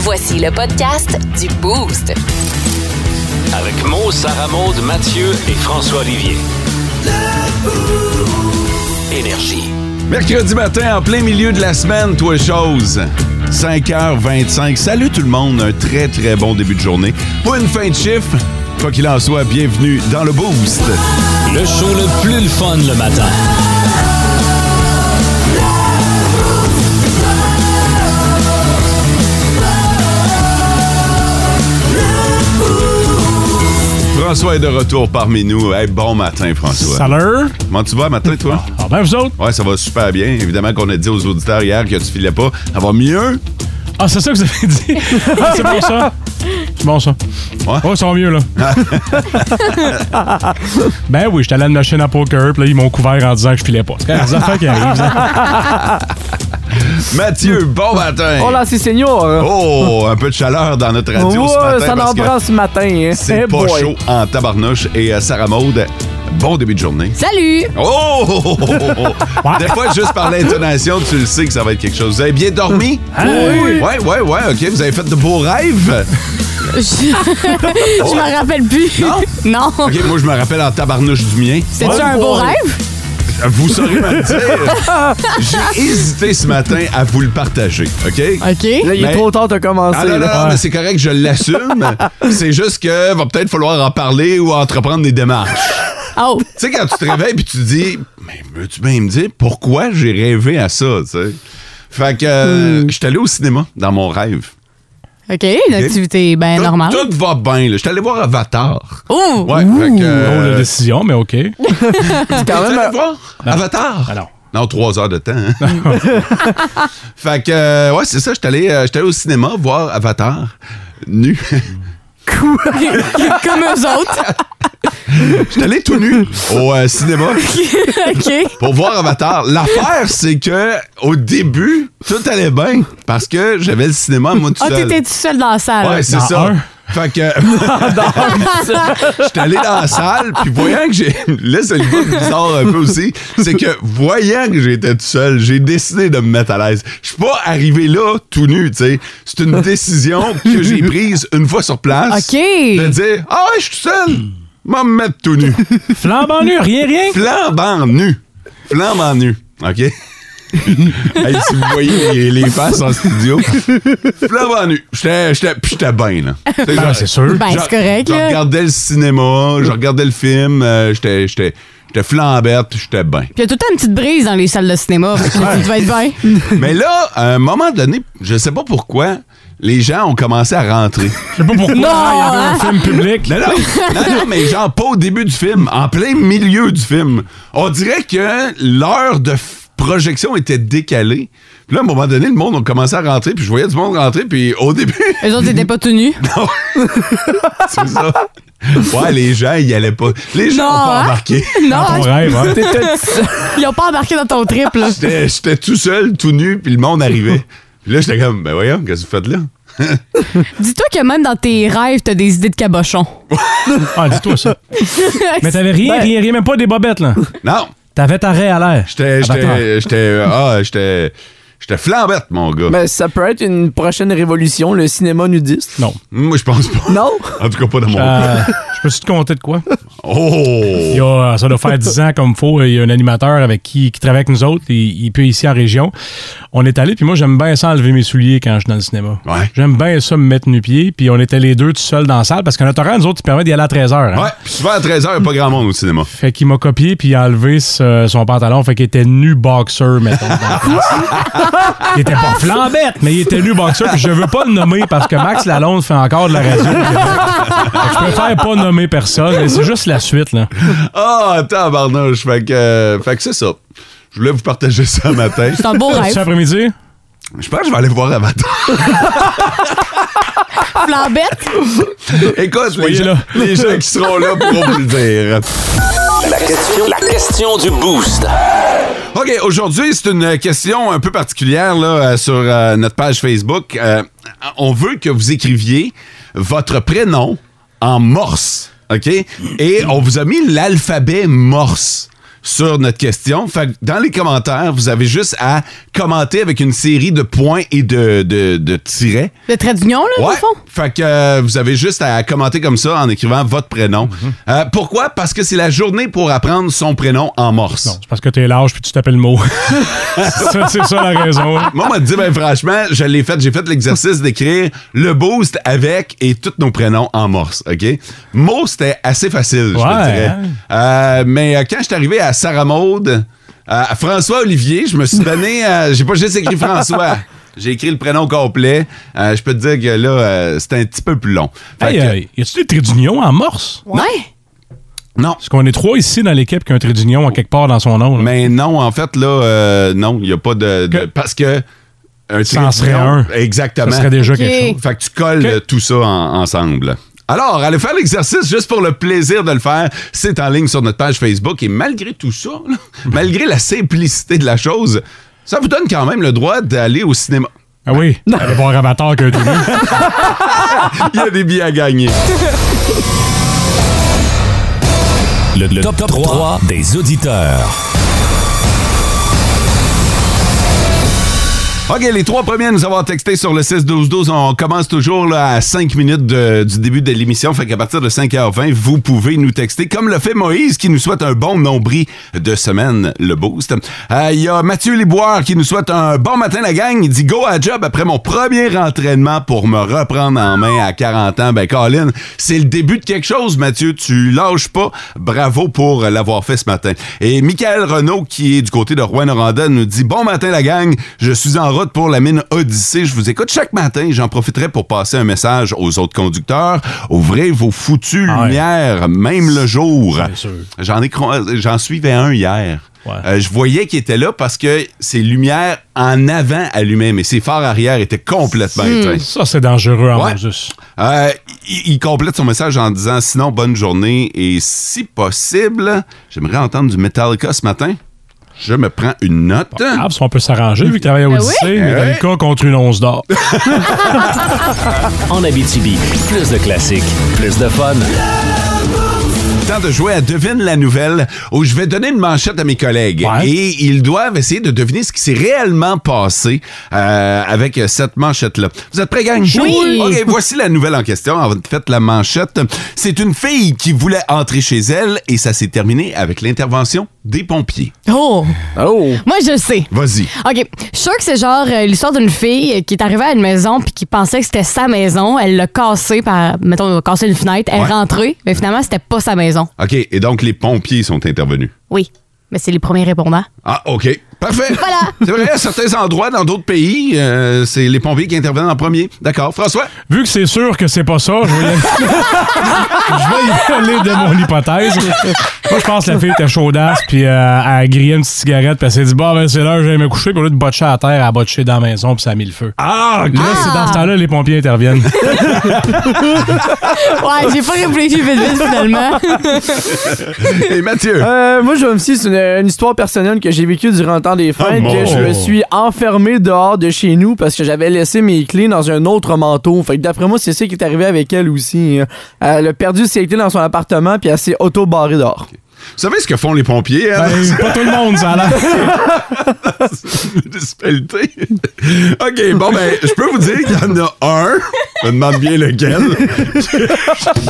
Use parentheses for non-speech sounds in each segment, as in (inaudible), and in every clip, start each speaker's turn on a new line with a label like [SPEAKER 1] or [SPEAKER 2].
[SPEAKER 1] Voici le podcast du Boost.
[SPEAKER 2] Avec Mo, Sarah Maud, Mathieu et François Olivier. Énergie.
[SPEAKER 3] Mercredi matin, en plein milieu de la semaine, toi chose. 5h25. Salut tout le monde, un très très bon début de journée. Pour une fin de chiffre, quoi qu'il en soit, bienvenue dans le Boost.
[SPEAKER 2] Le show le plus le fun le matin.
[SPEAKER 3] François est de retour parmi nous. Hey, bon matin, François.
[SPEAKER 4] Salut!
[SPEAKER 3] Comment tu vas matin, toi?
[SPEAKER 4] Ah ben vous autres?
[SPEAKER 3] Ouais, ça va super bien. Évidemment qu'on a dit aux auditeurs hier que tu filais pas. Ça va mieux?
[SPEAKER 4] Ah, c'est ça que vous
[SPEAKER 3] (laughs)
[SPEAKER 4] avez dit? Ah, c'est bon ça? C'est bon ça.
[SPEAKER 3] Ouais.
[SPEAKER 4] Oh, ça va mieux là. (laughs) ben oui, j'étais allé à une machine à poker, puis là, ils m'ont couvert en disant que je filais pas. C'est quand même des affaires qui
[SPEAKER 3] (laughs)
[SPEAKER 4] arrivent. hein.
[SPEAKER 3] Mathieu, bon matin!
[SPEAKER 5] Hola, si
[SPEAKER 4] hein.
[SPEAKER 5] senior.
[SPEAKER 3] Oh, un peu de chaleur dans notre (laughs) radio ce matin.
[SPEAKER 5] Ouais, ça
[SPEAKER 3] parce
[SPEAKER 5] en
[SPEAKER 3] que
[SPEAKER 5] prend ce matin. hein.
[SPEAKER 3] C'est
[SPEAKER 5] Eh
[SPEAKER 3] pas
[SPEAKER 5] boy.
[SPEAKER 3] chaud en tabarnouche. Et euh, Sarah Maude, bon début de journée.
[SPEAKER 1] Salut!
[SPEAKER 3] Oh! oh, (laughs) oh, oh, oh. Des fois, juste par l'intonation, tu le sais que ça va être quelque chose. Vous avez bien dormi? Ah, Oui. Ouais, ouais, ouais, OK. Vous avez fait de beaux rêves?
[SPEAKER 6] Je, (laughs) je m'en rappelle plus.
[SPEAKER 3] Non?
[SPEAKER 6] Non.
[SPEAKER 3] OK, moi, je me rappelle en tabarnouche du mien.
[SPEAKER 6] C'était-tu un beau rêve?
[SPEAKER 3] Vous saurez me le (laughs) dire.
[SPEAKER 6] (laughs)
[SPEAKER 7] (laughs)
[SPEAKER 3] J'ai hésité ce matin à vous le partager, OK?
[SPEAKER 6] OK.
[SPEAKER 5] Là, il est
[SPEAKER 3] Mais-
[SPEAKER 5] trop tard, t'as commencé.
[SPEAKER 3] Ah non, non,
[SPEAKER 5] là.
[SPEAKER 3] non, mais c'est correct, je
[SPEAKER 5] (laughs)
[SPEAKER 3] l'assume. c'est juste que va peut-être falloir en parler ou entreprendre des démarches.
[SPEAKER 6] Oh,
[SPEAKER 3] Tu sais, quand tu te réveilles puis tu dis, mais veux-tu bien me dire pourquoi j'ai rêvé à ça, tu sais? Fait que euh, je suis allé au cinéma dans mon rêve.
[SPEAKER 6] OK. Une activité bien
[SPEAKER 3] tout,
[SPEAKER 6] normale.
[SPEAKER 3] Tout va bien, là. Je suis allé voir Avatar.
[SPEAKER 6] Oh!
[SPEAKER 3] Ouais, fait que.
[SPEAKER 4] Drôle de
[SPEAKER 3] euh,
[SPEAKER 4] décision, mais OK.
[SPEAKER 5] C'est quand
[SPEAKER 3] T'es
[SPEAKER 5] même.
[SPEAKER 4] euh,
[SPEAKER 3] allé voir Avatar?
[SPEAKER 4] Ah non.
[SPEAKER 3] Non, trois heures de temps. hein. (laughs) fait que, euh, ouais, c'est ça. J'étais allé, euh, j'étais allé au cinéma voir Avatar nu. (laughs)
[SPEAKER 6] Comme eux autres.
[SPEAKER 3] J'étais allé tout nu au euh, cinéma
[SPEAKER 6] OK.
[SPEAKER 3] pour voir Avatar. L'affaire, c'est que au début, tout allait bien parce que j'avais le cinéma moi tout
[SPEAKER 6] Ah,
[SPEAKER 3] seul.
[SPEAKER 6] t'étais tout seul dans la salle.
[SPEAKER 3] Ouais, c'est
[SPEAKER 4] Dans
[SPEAKER 3] ça.
[SPEAKER 4] un.
[SPEAKER 3] Fait que. (laughs) J'étais allé dans la salle, puis voyant que j'ai. (laughs) Là, c'est le bout bizarre un peu aussi. C'est que, voyant que j'étais tout seul, j'ai décidé de me mettre à l'aise. Je suis pas arrivé là tout nu, tu sais. C'est une décision que j'ai prise une fois sur place.
[SPEAKER 6] OK.
[SPEAKER 3] De dire, ah ouais, je suis tout seul. M'en me mettre tout
[SPEAKER 4] (laughs)
[SPEAKER 3] nu.
[SPEAKER 4] Flambant nu, rien, rien.
[SPEAKER 3] Flambant nu. Flambant nu.
[SPEAKER 4] (laughs)
[SPEAKER 3] OK? Hey, si vous voyez les- les faces en studio, flambant nu. J'étais j'étais- puis j'étais bien, là. Tu sais, genre-
[SPEAKER 4] Ah, c'est sûr.
[SPEAKER 6] Ben,
[SPEAKER 3] je-
[SPEAKER 6] c'est
[SPEAKER 3] (laughs)
[SPEAKER 6] correct,
[SPEAKER 3] Je
[SPEAKER 6] là.
[SPEAKER 3] regardais le cinéma, je regardais le film, euh, j'étais j'étais j'étais flambette, j'étais bien.
[SPEAKER 6] Puis il y a tout le temps une petite brise dans les salles de cinéma. Fait que tu devais être bien. (laughs)
[SPEAKER 3] Mais là, à un moment donné, je sais pas pourquoi, les gens ont commencé à rentrer.
[SPEAKER 4] Je sais pas pourquoi il y avait
[SPEAKER 6] hein.
[SPEAKER 4] un film public.
[SPEAKER 3] Non, non, non, non, mais genre pas au début du film, en plein milieu du film. On dirait que l'heure de f- projection était décalée. Puis là, à un moment donné, le monde a commencé à rentrer, puis je voyais du monde rentrer, puis au
[SPEAKER 6] (laughs)
[SPEAKER 3] début,
[SPEAKER 6] Eux autres n'étaient
[SPEAKER 3] (laughs)
[SPEAKER 6] pas tenus.
[SPEAKER 3] c'est ça. Ouais, les gens, ils allaient pas. Les gens
[SPEAKER 6] Non,
[SPEAKER 3] ont pas
[SPEAKER 6] hein?
[SPEAKER 3] embarqué.
[SPEAKER 6] (laughs) Non,
[SPEAKER 4] Ton
[SPEAKER 6] hein, (laughs)
[SPEAKER 4] rêve, hein.
[SPEAKER 6] ils n'ont pas embarqué dans ton trip, là.
[SPEAKER 3] J'étais j'étais tout seul, tout nu, puis le monde
[SPEAKER 4] (laughs)
[SPEAKER 3] arrivait. Puis là, j'étais comme, ben voyons, qu'est-ce que vous faites là?
[SPEAKER 6] Dis-toi que même dans tes rêves, t'as des idées de cabochon.
[SPEAKER 4] Ah, dis-toi ça. (laughs) Mais t'avais rien,
[SPEAKER 3] Ben-
[SPEAKER 4] rien, rien, même pas des bobettes, là.
[SPEAKER 3] Non,
[SPEAKER 4] T'avais ta raie à l'air.
[SPEAKER 3] j'étais,
[SPEAKER 4] Avatar.
[SPEAKER 3] j'étais, j'étais, ah, j'étais, j'étais flambette, mon gars.
[SPEAKER 5] Mais Euh, ça peut être une prochaine révolution, le cinéma nudiste.
[SPEAKER 4] Non.
[SPEAKER 3] Moi, je pense pas.
[SPEAKER 5] Non?
[SPEAKER 3] En tout cas, pas dans mon.
[SPEAKER 4] Euh, je peux-tu te compter de quoi? Il y
[SPEAKER 3] Oh!
[SPEAKER 4] a, euh, ça doit faire 10 ans comme faut. Il y a un animateur avec qui, qui travaille avec nous autres. Il, il peut ici en région. On est allé, puis moi, j'aime bien ça enlever mes souliers quand je suis dans le cinéma.
[SPEAKER 3] Ouais.
[SPEAKER 4] J'aime bien ça me mettre nu pied. Puis on était les deux tout seuls dans la salle parce qu'en autorant, nous autres, il permet d'y aller à hein. 13 h.
[SPEAKER 3] Ouais, puis souvent à 13h, il a pas grand monde au cinéma.
[SPEAKER 4] Fait qu'il m'a copié puis il a enlevé ce- son pantalon. Fait qu'il était nu boxer,
[SPEAKER 3] (laughs)
[SPEAKER 4] mettons. dans la face. il était pas flambette, mais il était nu boxer. Puis je veux pas le nommer parce que Max Lalonde fait encore de la radio. au Québec. Fait que Je préfère pas nommer personne, mais c'est juste la suite, là.
[SPEAKER 3] Ah, tabarnouche! Fait que, euh, fait que c'est ça. Je voulais vous partager ça matin.
[SPEAKER 6] C'est un beau
[SPEAKER 4] Cet
[SPEAKER 6] rêve.
[SPEAKER 4] après-midi?
[SPEAKER 3] Je pense que je vais aller voir
[SPEAKER 4] (laughs)
[SPEAKER 3] Avatar.
[SPEAKER 6] (laughs) Flambette.
[SPEAKER 3] Écoute, les
[SPEAKER 4] Soyez
[SPEAKER 3] gens,
[SPEAKER 4] là.
[SPEAKER 3] les gens qui seront là pourront vous le dire.
[SPEAKER 2] La question, la question du boost.
[SPEAKER 3] OK, aujourd'hui, c'est une question un peu particulière là, euh, sur euh, notre page Facebook. Euh, on veut que vous écriviez votre prénom en morse, OK? Et on vous a mis l'alphabet morse. sur notre question. Fait que dans les commentaires, vous avez juste à commenter avec une série de points et de, de, de tirets.
[SPEAKER 6] Le trait d'union, là, au
[SPEAKER 3] Ouais.
[SPEAKER 6] fond?
[SPEAKER 3] Fait que euh, vous avez juste à commenter comme ça en écrivant votre prénom. Euh, pourquoi? Parce que c'est la journée pour apprendre son prénom en morse.
[SPEAKER 4] Non, c'est parce que t'es large puis tu t'appelles Mo. ça, c'est ça la raison. hein.
[SPEAKER 3] Moi, on m'a dit, ben franchement, je l'ai fait. J'ai fait l'exercice d'écrire le boost avec et tous nos prénoms en morse, OK? Mo, c'était assez facile, je
[SPEAKER 4] Ouais,
[SPEAKER 3] te dirais.
[SPEAKER 4] hein?
[SPEAKER 3] Euh, mais euh, quand je suis arrivé à Sarah Maude, euh, à François Olivier, je me suis donné... euh, j'ai pas juste écrit François. (laughs) J'ai écrit le prénom complet. Euh, je peux te dire que là, euh, c'était un petit peu plus long. Fait
[SPEAKER 4] Hey,
[SPEAKER 3] que-
[SPEAKER 4] euh, y a-tu des traits d'union en morse?
[SPEAKER 6] (laughs) Ouais.
[SPEAKER 3] non.
[SPEAKER 4] Parce qu'on est trois ici dans l'équipe qui a un trait d'union à quelque part dans son nom. là.
[SPEAKER 3] Mais non, en fait, là, euh, non, il n'y a pas de, de-
[SPEAKER 4] Que-
[SPEAKER 3] Parce que. Un
[SPEAKER 4] Ça en serait
[SPEAKER 3] triangle-
[SPEAKER 4] un.
[SPEAKER 3] Exactement.
[SPEAKER 4] Ça serait déjà
[SPEAKER 6] Ok.
[SPEAKER 4] quelque chose.
[SPEAKER 3] Fait que tu colles
[SPEAKER 4] Que-
[SPEAKER 3] tout ça en- ensemble. Alors, allez faire l'exercice juste pour le plaisir de le faire. C'est en ligne sur notre page Facebook. Et malgré tout ça, là, (laughs) malgré la simplicité de la chose, ça vous donne quand même le droit d'aller au cinéma.
[SPEAKER 4] Ah oui, aller voir Avatar qu'un tout nu.
[SPEAKER 3] (laughs) Il y a des billets à gagner.
[SPEAKER 2] Le, le top, 3, des auditeurs.
[SPEAKER 3] OK, les trois premiers à nous avoir texté sur le 6-12-12, on commence toujours là, à 5 minutes de- du début de l'émission. Fait qu'à partir de 5h20, vous pouvez nous texter, comme le fait Moïse, qui nous souhaite un bon nombril de semaine, le boost. Euh, Il y a Mathieu Liboire qui nous souhaite un bon matin, la gang. Il dit « Go à job après mon premier entraînement pour me reprendre en main à 40 ans. » Ben, Colin, c'est le début de quelque chose, Mathieu. Tu lâches pas. Bravo pour l'avoir fait ce matin. Et Michael Renault, qui est du côté de Rouen-Noranda, nous dit Bon matin, la gang. Je suis en route pour la mine Odyssée. Je vous écoute chaque matin. J'en profiterai pour passer un message aux autres conducteurs. Ouvrez vos foutues
[SPEAKER 4] Ah ouais.
[SPEAKER 3] lumières, même le jour.
[SPEAKER 4] C'est sûr.
[SPEAKER 3] J'en ai croisé- j'en suivais un hier.
[SPEAKER 4] Ouais.
[SPEAKER 3] Euh, je voyais qu'il était là parce que ses lumières en avant allumaient, mais ses phares arrière étaient complètement éteints.
[SPEAKER 4] Ça, c'est dangereux en
[SPEAKER 3] Ouais.
[SPEAKER 4] Moses.
[SPEAKER 3] Euh, il, il complète son message en disant sinon bonne journée et si possible, j'aimerais entendre du Metallica ce matin. Je me prends une
[SPEAKER 4] (laughs)
[SPEAKER 3] note.
[SPEAKER 4] Ah, parce qu'on peut s'arranger vu qu'il travaille à
[SPEAKER 6] Ben
[SPEAKER 4] Odyssée, mais dans
[SPEAKER 3] Eh oui.
[SPEAKER 4] le cas contre une
[SPEAKER 6] (laughs)
[SPEAKER 4] once d'or.
[SPEAKER 2] (laughs) En Abitibi, plus de classiques, plus de fun.
[SPEAKER 3] Temps de jouer à Devine la nouvelle où je vais donner une manchette à mes collègues
[SPEAKER 4] Ouais.
[SPEAKER 3] et ils doivent essayer de deviner ce qui s'est réellement passé euh, avec cette manchette-là. Vous êtes prêts, gang?
[SPEAKER 6] Oui.
[SPEAKER 3] OK, voici la nouvelle en question. En fait, la manchette, c'est une fille qui voulait entrer chez elle et ça s'est terminé avec l'intervention des pompiers.
[SPEAKER 6] Oh!
[SPEAKER 5] Oh!
[SPEAKER 6] Moi, je le sais.
[SPEAKER 3] Vas-y.
[SPEAKER 6] OK. Je suis sûre que c'est genre euh, l'histoire d'une fille qui est arrivée à une maison puis qui pensait que c'était sa maison. Elle l'a cassée par, mettons, elle a cassé une fenêtre. Elle est
[SPEAKER 3] Ouais.
[SPEAKER 6] rentrée, mais finalement, c'était pas sa maison.
[SPEAKER 3] OK, et donc les pompiers sont intervenus.
[SPEAKER 6] Oui. Mais c'est les premiers répondants.
[SPEAKER 3] Ah, OK. Parfait.
[SPEAKER 6] Voilà.
[SPEAKER 3] C'est vrai, à certains endroits, dans d'autres pays, euh, c'est les pompiers qui interviennent en premier. D'accord. François?
[SPEAKER 4] Vu que c'est sûr que c'est pas ça, (laughs) je vais y aller, je vais y aller de mon hypothèse. Moi, je pense que la fille était chaudasse, puis euh, elle grillait une petite cigarette, puis elle s'est dit Bah, ben, c'est l'heure, j'allais me coucher, puis au lieu de botcher à terre, elle a botché dans la maison, puis ça a mis le feu.
[SPEAKER 3] Ah,
[SPEAKER 4] Là, c'est dans ce temps-là, les
[SPEAKER 3] (laughs)
[SPEAKER 4] pompiers interviennent.
[SPEAKER 6] Ouais, j'ai pas réfléchi vite vite finalement.
[SPEAKER 3] Et Mathieu?
[SPEAKER 5] Euh, moi, je vais me dire, c'est une, une histoire personnelle que j'ai vécue durant le temps des fêtes,
[SPEAKER 3] Ah, mon-
[SPEAKER 5] que je me suis enfermé dehors de chez nous parce que j'avais laissé mes clés dans un autre manteau. Fait que d'après moi, c'est ça qui est arrivé avec elle aussi. hein. Elle a perdu ses clés dans son appartement puis elle s'est auto-barrée dehors.
[SPEAKER 3] Vous savez ce que font les pompiers? hein?
[SPEAKER 4] Ben, pas tout le monde, ça a l'air.
[SPEAKER 3] municipalité. (laughs) OK, bon, ben, je peux vous dire qu'il y en a un, je me demande bien lequel, (laughs)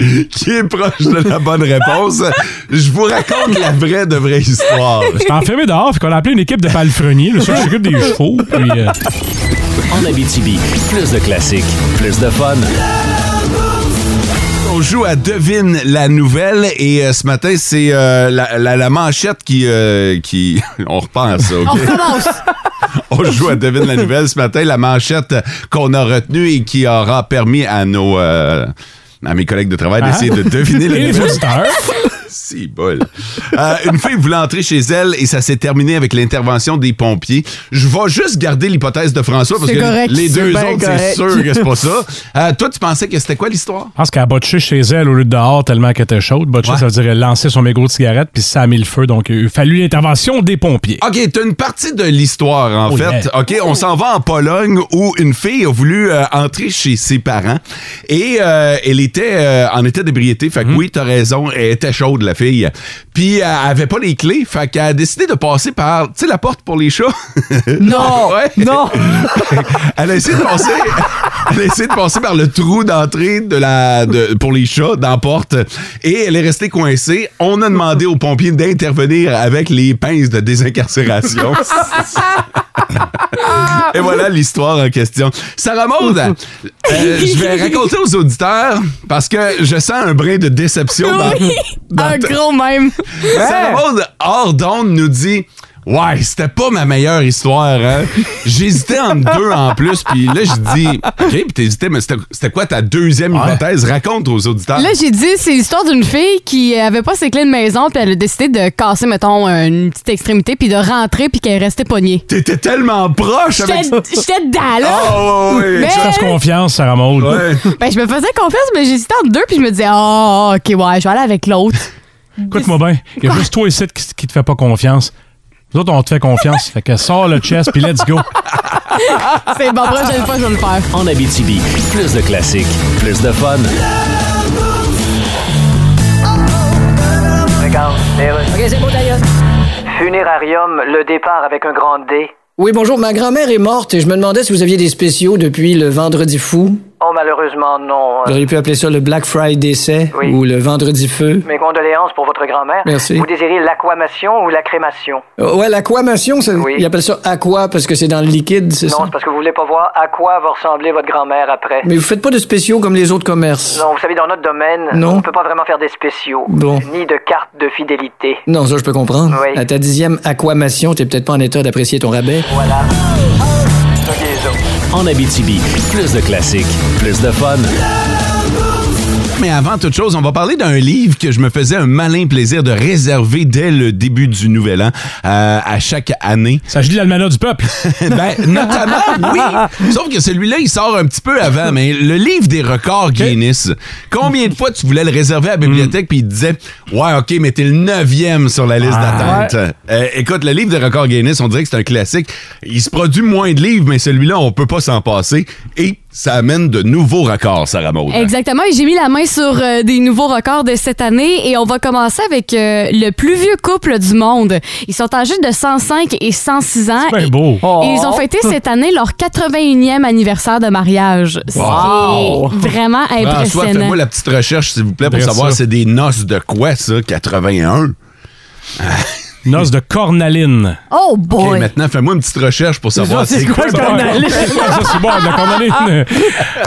[SPEAKER 3] qui- qui est proche de la bonne réponse. Je vous raconte la vraie de vraie histoire.
[SPEAKER 4] J'étais enfermé dehors, fait qu'on a appelé une équipe de palefreniers, le soir, je s'occupe des chevaux, puis. euh,
[SPEAKER 2] En Abitibi, plus de classiques, plus de fun.
[SPEAKER 3] On joue à Devine la nouvelle et euh, ce matin, c'est euh, la, la- la manchette qui... euh, qui... (laughs) On repense, OK?
[SPEAKER 6] On recommence.
[SPEAKER 3] On joue à Devine la nouvelle ce matin. La manchette qu'on a retenue et qui aura permis à nos... euh, à mes collègues de travail d'essayer
[SPEAKER 7] Ah.
[SPEAKER 3] de deviner la
[SPEAKER 4] et les
[SPEAKER 3] nouvelle.
[SPEAKER 4] auditeurs.
[SPEAKER 3] Si, bol. Euh, une fille voulait entrer chez elle et ça s'est terminé avec l'intervention des pompiers. Je vais juste garder l'hypothèse de François parce
[SPEAKER 6] C'est
[SPEAKER 3] que
[SPEAKER 6] correct,
[SPEAKER 3] les
[SPEAKER 5] c'est
[SPEAKER 3] deux
[SPEAKER 5] bien
[SPEAKER 3] autres, c'est
[SPEAKER 5] correct.
[SPEAKER 3] sûr que c'est pas ça. Euh, toi, tu pensais que c'était quoi l'histoire?
[SPEAKER 4] Je pense qu'elle a botché chez elle au lieu de dehors tellement qu'elle était chaude. Botché,
[SPEAKER 3] Ouais.
[SPEAKER 4] ça veut dire elle lançait son mégot de cigarette puis ça a mis le feu. Donc, il a fallu l'intervention des pompiers.
[SPEAKER 3] OK, t'as une partie de l'histoire, en
[SPEAKER 4] Oh
[SPEAKER 3] fait.
[SPEAKER 4] yeah.
[SPEAKER 3] OK, on s'en va en Pologne où une fille a voulu euh, entrer chez ses parents et euh, elle était euh, en état d'ébriété. Fait que oui, t'as raison, elle était chaude, la fille. Puis euh, elle avait pas les clés, fait qu'elle a décidé de passer par, tu sais, la porte pour les chats.
[SPEAKER 5] (laughs) Non!
[SPEAKER 3] (laughs) Ouais.
[SPEAKER 5] Non!
[SPEAKER 3] Elle a essayé de passer. (laughs) Elle a essayé de passer par le trou d'entrée de la de- pour les chats dans la porte et elle est restée coincée. On a demandé aux pompiers d'intervenir avec les pinces
[SPEAKER 5] (laughs)
[SPEAKER 3] de
[SPEAKER 8] (laughs)
[SPEAKER 3] désincarcération. et voilà l'histoire en question. Sarah Maud,
[SPEAKER 6] (laughs)
[SPEAKER 3] euh, je vais raconter aux auditeurs parce que je sens un brin de déception dans,
[SPEAKER 6] Oui,
[SPEAKER 3] (laughs) dans
[SPEAKER 6] un
[SPEAKER 3] ta-
[SPEAKER 6] gros même.
[SPEAKER 3] Sarah Maud, hors d'onde, nous dit Ouais, c'était pas ma meilleure histoire. hein. J'hésitais entre deux en plus, puis là, je dis Ok, puis t'hésitais, mais c'était c'était quoi ta deuxième hypothèse Raconte aux auditeurs.
[SPEAKER 6] Là, j'ai dit, c'est l'histoire d'une fille qui avait pas ses clés de maison, puis elle a décidé de casser, mettons, une petite extrémité, puis de rentrer, puis qu'elle restait pognée.
[SPEAKER 3] T'étais tellement proche
[SPEAKER 6] J'étais
[SPEAKER 3] avec.
[SPEAKER 6] j'étais dedans, là.
[SPEAKER 3] Oh, ouais, ouais.
[SPEAKER 6] Mais-
[SPEAKER 4] Fasse confiance, Sarah Maud.
[SPEAKER 3] Ouais.
[SPEAKER 6] Ben, je me faisais confiance, mais j'hésitais entre deux, puis je me disais, oh, ok, ouais, je vais aller avec l'autre.
[SPEAKER 4] Écoute-moi bien, il y a juste toi et Sid qui, qui te fait pas confiance. Nous autres, on te fait confiance. Fait que sors le chest, puis let's go.
[SPEAKER 6] (laughs) c'est bon, prochaine fois, je vais le faire.
[SPEAKER 2] En Abitibi, plus de classiques, plus de fun.
[SPEAKER 9] Funérarium, eh le départ avec un grand D.
[SPEAKER 10] Oui, bonjour. Ma grand-mère est morte et je me demandais si vous aviez des spéciaux depuis le Vendredi fou.
[SPEAKER 9] Oh, malheureusement, non. Euh,
[SPEAKER 10] J'aurais pu appeler ça le Black Friday décès
[SPEAKER 9] Oui.
[SPEAKER 10] ou le Vendredi feu.
[SPEAKER 9] Mes condoléances pour votre grand-mère.
[SPEAKER 10] Merci.
[SPEAKER 9] Vous désirez l'aquamation ou la crémation?
[SPEAKER 10] Euh, Ouais, l'aquamation, ça,
[SPEAKER 9] Oui.
[SPEAKER 10] ils appellent ça aqua parce que c'est dans le liquide, c'est
[SPEAKER 9] Non,
[SPEAKER 10] ça?
[SPEAKER 9] c'est parce que vous voulez pas voir à quoi va ressembler votre grand-mère après.
[SPEAKER 10] Mais vous faites pas de spéciaux comme les autres commerces.
[SPEAKER 9] Non, vous savez, dans notre domaine,
[SPEAKER 10] Non.
[SPEAKER 9] on peut pas vraiment faire des spéciaux.
[SPEAKER 10] Bon.
[SPEAKER 9] Ni de carte de fidélité.
[SPEAKER 10] Non, ça, je peux comprendre.
[SPEAKER 9] Oui.
[SPEAKER 10] À ta dixième aquamation, t'es peut-être pas en état d'apprécier ton rabais.
[SPEAKER 9] Voilà. Ok, ça.
[SPEAKER 2] En Abitibi, plus de classiques, plus de fun.
[SPEAKER 3] Mais avant toute chose, on va parler d'un livre que je me faisais un malin plaisir de réserver dès le début du nouvel an euh, à chaque année.
[SPEAKER 4] Ça de l'almanach du peuple.
[SPEAKER 3] (laughs) Ben, notamment, oui. Sauf que celui-là, il sort un petit peu avant, mais le livre des records Guinness. Combien de fois tu voulais le réserver à
[SPEAKER 4] Hmm.
[SPEAKER 3] la bibliothèque puis il te disait Ouais, OK, mais t'es le neuvième sur la liste
[SPEAKER 4] Ah.
[SPEAKER 3] d'attente. Euh, écoute, le livre des records Guinness, on dirait que c'est un classique. Il se produit moins de livres, mais celui-là, on peut pas s'en passer. Et ça amène de nouveaux records, Sarah Maud.
[SPEAKER 6] Exactement. Et j'ai mis la main sur euh, des nouveaux records de cette année et on va commencer avec euh, le plus vieux couple du monde. Ils sont âgés de 105 et 106 ans.
[SPEAKER 4] Ben
[SPEAKER 6] Et-
[SPEAKER 4] beau.
[SPEAKER 5] Oh.
[SPEAKER 6] Et ils ont fêté cette année leur 81e anniversaire de mariage. C'est
[SPEAKER 5] Wow.
[SPEAKER 6] vraiment
[SPEAKER 3] François,
[SPEAKER 6] impressionnant.
[SPEAKER 3] fais-moi la petite recherche, s'il vous plaît, pour
[SPEAKER 4] Bien
[SPEAKER 3] savoir
[SPEAKER 4] sûr.
[SPEAKER 3] c'est des noces de quoi, ça,
[SPEAKER 4] (laughs)
[SPEAKER 3] 81?
[SPEAKER 4] Noce de cornaline.
[SPEAKER 6] (laughs) Oh
[SPEAKER 3] OK,
[SPEAKER 6] boy!
[SPEAKER 3] maintenant, fais-moi une petite recherche pour savoir c'est quoi.
[SPEAKER 5] le
[SPEAKER 4] Ça, Ça, c'est bon, de la cornaline.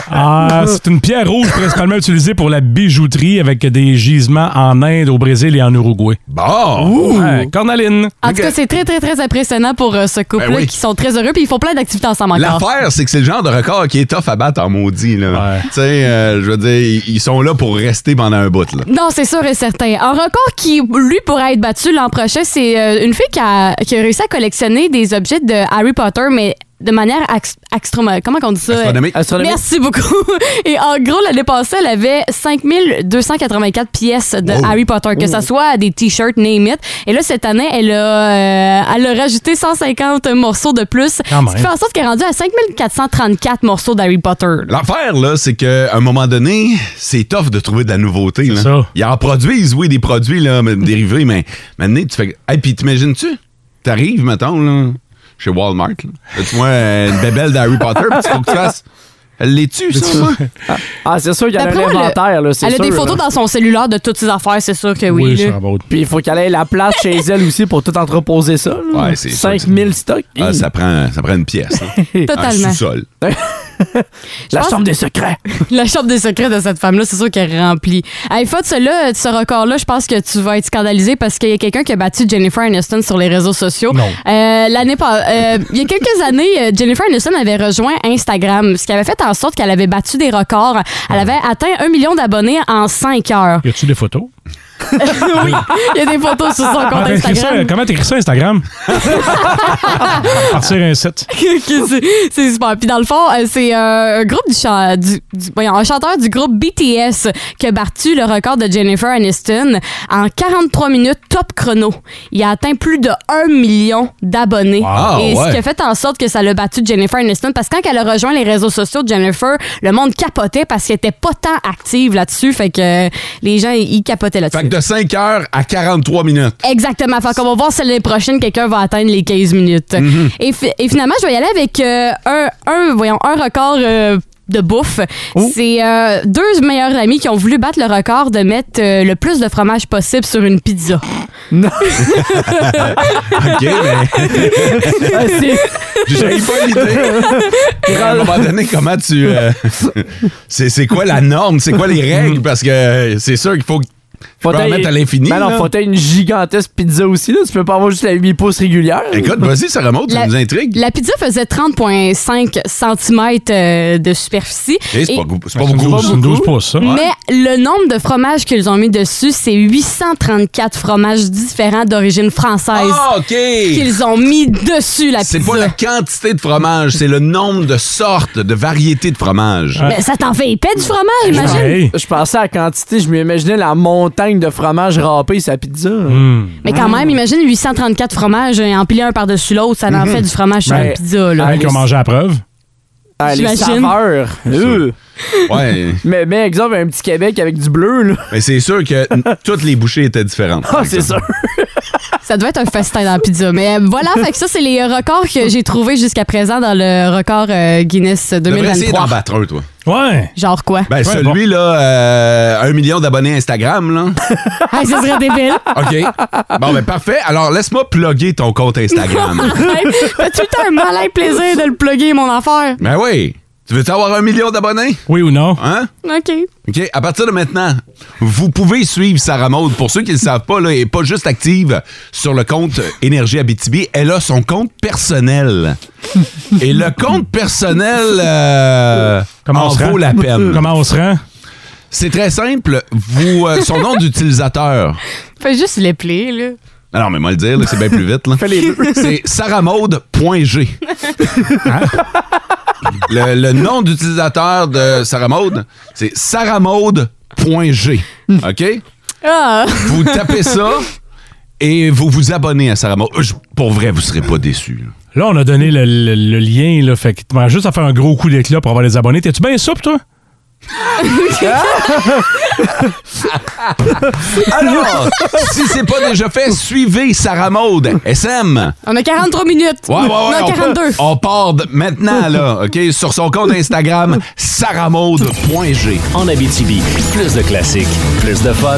[SPEAKER 4] Ah, c'est une pierre rouge principalement utilisée pour la bijouterie avec des gisements en Inde, au Brésil et en Uruguay.
[SPEAKER 3] Bon!
[SPEAKER 4] Ouais, cornaline.
[SPEAKER 6] En tout cas, c'est très, très, très impressionnant pour euh, ce couple-là
[SPEAKER 3] Ben oui.
[SPEAKER 6] qui sont très heureux puis ils font plein d'activités ensemble encore.
[SPEAKER 3] L'affaire, c'est que c'est le genre de record qui est tough à battre en maudit. Là.
[SPEAKER 4] Ouais.
[SPEAKER 3] Tu sais, euh, je veux dire, ils- ils sont là pour rester pendant un bout. Là.
[SPEAKER 6] Non, c'est sûr et certain. Un record qui, lui, pourrait être battu l'an prochain, c'est euh, une fille qui a, qui a réussi à collectionner des objets de Harry Potter, mais de manière ax- axtroma- Comment on dit ça?
[SPEAKER 3] Astronomique.
[SPEAKER 5] Astronomie.
[SPEAKER 6] Merci beaucoup. (laughs) Et en gros, l'année passée, elle avait 5284 pièces de
[SPEAKER 4] Oh.
[SPEAKER 3] Wow.
[SPEAKER 6] Harry Potter, que ce soit des t-shirts, name it. Et là, cette année, elle a, euh, elle a rajouté 150 morceaux de plus.
[SPEAKER 4] Quand
[SPEAKER 6] Ce
[SPEAKER 4] même.
[SPEAKER 6] qui fait en sorte qu'elle est rendue à 5434 morceaux d'Harry Potter. là.
[SPEAKER 3] L'affaire, là, c'est qu'à un moment donné, c'est tough de trouver de la nouveauté. Là.
[SPEAKER 4] ça.
[SPEAKER 3] Ils en produisent, oui, des produits là, mais- dérivés, mais maintenant, tu fais. Hey, puis t'imagines-tu? T'arrives, mettons, là, chez Walmart. Tu moi euh, une bébelle d'Harry Potter, puis tu faut que tu
[SPEAKER 6] (laughs)
[SPEAKER 3] fasses. Elle l'est-tu, ça? moi?
[SPEAKER 5] Ah, c'est sûr qu'il y a un
[SPEAKER 6] D'après moi, elle a-
[SPEAKER 5] inventaire, là, c'est
[SPEAKER 6] Elle a
[SPEAKER 5] sûr,
[SPEAKER 6] des photos
[SPEAKER 5] là.
[SPEAKER 6] dans son cellulaire de toutes ses affaires, c'est sûr que oui. là.
[SPEAKER 4] Sarah Maud.
[SPEAKER 5] Puis il faut qu'elle ait la place chez elle aussi pour tout entreposer ça. là.
[SPEAKER 3] Ouais, c'est sûr que c'est-
[SPEAKER 5] 5000 stocks.
[SPEAKER 3] Ah, ça, prend, ça prend une pièce. Là,
[SPEAKER 6] Totalement.
[SPEAKER 3] En sous-sol.
[SPEAKER 5] Ben,
[SPEAKER 6] (laughs)
[SPEAKER 5] La
[SPEAKER 6] pense-
[SPEAKER 5] chambre des secrets.
[SPEAKER 6] (laughs) La chambre des secrets de cette femme-là, c'est sûr qu'elle est remplie. À une fois de cela, de ce record-là, je pense que tu vas être scandalisé parce qu'il y a quelqu'un qui a battu Jennifer Aniston sur les réseaux sociaux.
[SPEAKER 4] Non.
[SPEAKER 6] Euh, L'année pas- euh, il y a quelques (laughs) années, euh, Jennifer Aniston avait rejoint Instagram, ce qui avait fait en sorte qu'elle avait battu des records. Elle avait atteint un million d'abonnés en cinq heures.
[SPEAKER 4] Y a-tu des photos?
[SPEAKER 6] oui, (laughs) il y a des photos sur son compte
[SPEAKER 4] Comment t'écris ça-
[SPEAKER 6] Instagram.
[SPEAKER 4] Comment t'écris
[SPEAKER 6] (laughs)
[SPEAKER 4] ça, Instagram? Partir un site.
[SPEAKER 6] Ok, (laughs) c'est- c'est super. Puis dans le fond, euh, c'est euh, un groupe du, chan- du- du- voyons, un chanteur du groupe BTS qui a battu le record de Jennifer Aniston en 43 minutes top chrono. Il a atteint plus de 1 million d'abonnés.
[SPEAKER 3] Wow, Ah,
[SPEAKER 6] Et
[SPEAKER 3] ouais.
[SPEAKER 6] ce qui a fait en sorte que ça l'a battu Jennifer Aniston parce que quand elle a rejoint les réseaux sociaux de Jennifer, le monde capotait parce qu'elle était pas tant active là-dessus. Fait que euh, les gens, ils capotaient là-dessus.
[SPEAKER 3] Fait que de 5 heures à 43 minutes.
[SPEAKER 6] Exactement. Fait qu'on va voir si l'année prochaine, quelqu'un va atteindre les 15 minutes.
[SPEAKER 3] Mm-hmm.
[SPEAKER 6] et, fi- et finalement, je vais y aller avec euh, un, un, voyons, un record euh, de bouffe. C'est euh, deux meilleurs amis qui ont voulu battre le record de mettre euh, le plus de fromage possible sur une pizza.
[SPEAKER 3] OK, mais
[SPEAKER 5] Ah, c'est-
[SPEAKER 3] j'ai pas l'idée. Mais À un moment donné, comment tu. euh, c'est c'est quoi la norme? C'est quoi les règles? Parce que euh, c'est sûr qu'il faut.
[SPEAKER 5] faut
[SPEAKER 3] en
[SPEAKER 5] t'aille-
[SPEAKER 3] mettre à l'infini,
[SPEAKER 5] Mm. Ben non,
[SPEAKER 3] là.
[SPEAKER 5] faut t'aille une gigantesque pizza aussi. Là. Tu peux pas avoir juste la 8 pouces régulière.
[SPEAKER 3] Écoute, vas-y, ça remonte, ça
[SPEAKER 6] La-
[SPEAKER 3] Oh, nous intrigue.
[SPEAKER 6] La pizza faisait 30,5 cm euh, de superficie.
[SPEAKER 3] Eh, C'est
[SPEAKER 6] Et-
[SPEAKER 3] pas, gou- c'est pas
[SPEAKER 4] C'est une
[SPEAKER 3] beaucoup.
[SPEAKER 4] 12, une 12 pouces, ça.
[SPEAKER 6] Mais le nombre de fromages qu'ils ont mis dessus, c'est 834 fromages différents d'origine française
[SPEAKER 3] Ah, OK!
[SPEAKER 6] qu'ils ont mis dessus la pizza.
[SPEAKER 3] C'est pas la quantité de fromage, c'est le nombre de sortes, de variétés de fromage.
[SPEAKER 6] Ben, ça t'en fait épais du fromage, Ah, imagine.
[SPEAKER 4] Hey.
[SPEAKER 5] Je pensais à la quantité, je m'imaginais la montagne de fromage râpé sa pizza. Mm.
[SPEAKER 6] Mais quand
[SPEAKER 3] Mm.
[SPEAKER 6] même, imagine 834 fromages euh, empilés un par-dessus l'autre, ça
[SPEAKER 3] Mm-hmm.
[SPEAKER 6] en fait du fromage sur
[SPEAKER 4] Ben,
[SPEAKER 6] une pizza. Là.
[SPEAKER 4] Hey, qui ont mangé à preuve.
[SPEAKER 5] Ah, les
[SPEAKER 6] J'imagine.
[SPEAKER 5] saveurs. Euh.
[SPEAKER 3] Ouais.
[SPEAKER 5] Mais, mais exemple, un petit Québec avec du bleu, là.
[SPEAKER 3] Mais c'est sûr que n- toutes les bouchées étaient différentes.
[SPEAKER 5] Ah, c'est sûr.
[SPEAKER 6] Ça doit être un festin dans la pizza. Mais euh, voilà, fait que ça, c'est les euh, records que j'ai trouvés jusqu'à présent dans le record euh, Guinness
[SPEAKER 3] Devrais essayer d'en
[SPEAKER 6] 2023.
[SPEAKER 3] battre un, toi.
[SPEAKER 4] Ouais.
[SPEAKER 6] Genre (laughs) quoi?
[SPEAKER 3] Ben,
[SPEAKER 4] Ouais,
[SPEAKER 3] celui, là, euh, un million d'abonnés Instagram, là.
[SPEAKER 6] Ah, ça serait débile.
[SPEAKER 3] (laughs)
[SPEAKER 6] (laughs)
[SPEAKER 3] OK. Bon, ben, parfait. Alors, laisse-moi plugger ton compte
[SPEAKER 4] (laughs)
[SPEAKER 3] Instagram.
[SPEAKER 6] Hey, T'as tout le temps un malin plaisir de le plugger, mon affaire.
[SPEAKER 3] ben oui. Tu veux avoir un million d'abonnés?
[SPEAKER 4] Oui ou non?
[SPEAKER 3] Hein?
[SPEAKER 6] OK.
[SPEAKER 3] OK. À partir de maintenant, vous pouvez suivre Sarah Maud. Pour ceux qui ne le savent pas, là, elle n'est pas juste active sur le compte Énergie Abitibi. Elle a son compte personnel. Et le compte personnel euh,
[SPEAKER 4] Comment
[SPEAKER 3] en
[SPEAKER 4] on se
[SPEAKER 3] vaut
[SPEAKER 4] rend?
[SPEAKER 3] la peine.
[SPEAKER 4] Comment on se rend?
[SPEAKER 3] C'est très simple. Vous, euh, son nom d'utilisateur.
[SPEAKER 6] Fais juste les plaies, là.
[SPEAKER 3] Alors, Ah mais moi le dire, là, c'est bien plus vite. là. C'est saramaude.g. Le, le nom d'utilisateur de Sarah Maud, c'est saramaude.g. OK?
[SPEAKER 6] Ah!
[SPEAKER 3] Vous tapez ça et vous vous abonnez à Sarah Maud. Euh, je- Pour vrai, vous serez pas déçus.
[SPEAKER 4] Là, on a donné le, le- le lien, là. Fait que tu juste à faire un gros coup d'éclat pour avoir les abonnés. T'es-tu bien souple, toi?
[SPEAKER 3] Alors, si c'est pas déjà fait, suivez Sarah Maud. SM.
[SPEAKER 6] On a 43 minutes.
[SPEAKER 3] Ouais, ouais, ouais,
[SPEAKER 6] non,
[SPEAKER 3] on,
[SPEAKER 6] 42.
[SPEAKER 3] on part de- maintenant, là, OK? Sur son compte
[SPEAKER 6] (laughs)
[SPEAKER 3] Instagram, saramaude.g.
[SPEAKER 2] En Abitibi, plus de classiques, plus de fun.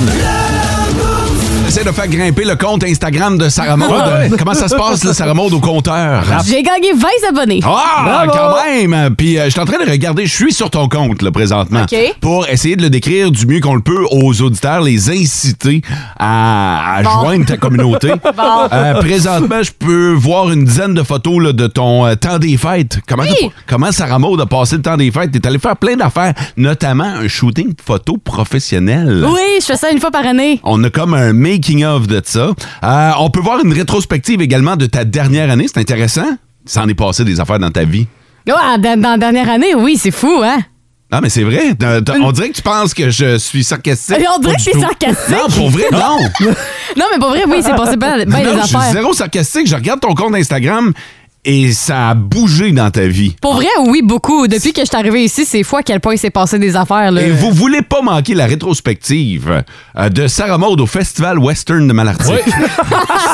[SPEAKER 3] J'essaie de faire grimper le compte Instagram de Sarah Maud.
[SPEAKER 6] Ah
[SPEAKER 3] Comment ça se passe, là, Sarah Maud, au compteur?
[SPEAKER 6] J'ai gagné 20 abonnés.
[SPEAKER 3] Ah, quand même! Puis euh, je suis en train de regarder, je suis sur ton compte, là, présentement,
[SPEAKER 6] OK.
[SPEAKER 3] pour essayer de le décrire du mieux qu'on le peut aux auditeurs, les inciter à, à
[SPEAKER 6] Bon.
[SPEAKER 3] joindre ta
[SPEAKER 6] (laughs)
[SPEAKER 3] communauté. Euh, présentement, je peux voir une dizaine de photos là, de ton euh, temps des fêtes. Comment, t'as- comment Sarah Maud a passé le temps des fêtes? T'es allé faire plein d'affaires, notamment un shooting photo professionnel.
[SPEAKER 6] Oui, je fais ça une fois par année.
[SPEAKER 3] On a comme un making of de ça. Euh, on peut voir une rétrospective également de ta dernière année. C'est intéressant. Ça en est passé des affaires dans ta vie.
[SPEAKER 6] Ouais, Oh, dans, dans la dernière année, oui, c'est fou, hein?
[SPEAKER 3] Non, mais c'est vrai. T'as- t'as- On dirait que tu penses que je suis sarcastique.
[SPEAKER 6] on dirait que c'est sarcastique.
[SPEAKER 3] Non, pour vrai, non.
[SPEAKER 6] Non, mais (laughs) pour vrai, oui, c'est passé bien, bien
[SPEAKER 3] (laughs) non,
[SPEAKER 6] les
[SPEAKER 3] je suis
[SPEAKER 6] affaires.
[SPEAKER 3] zéro sarcastique. Je regarde ton compte Instagram et ça a bougé dans ta vie.
[SPEAKER 6] Pour vrai, oui, beaucoup. Depuis que je suis arrivée ici, c'est fou à quel point il s'est passé des affaires. Là.
[SPEAKER 3] Et vous voulez pas manquer la rétrospective euh, de Sarah Maud au Festival Western de Malartic.
[SPEAKER 5] (laughs)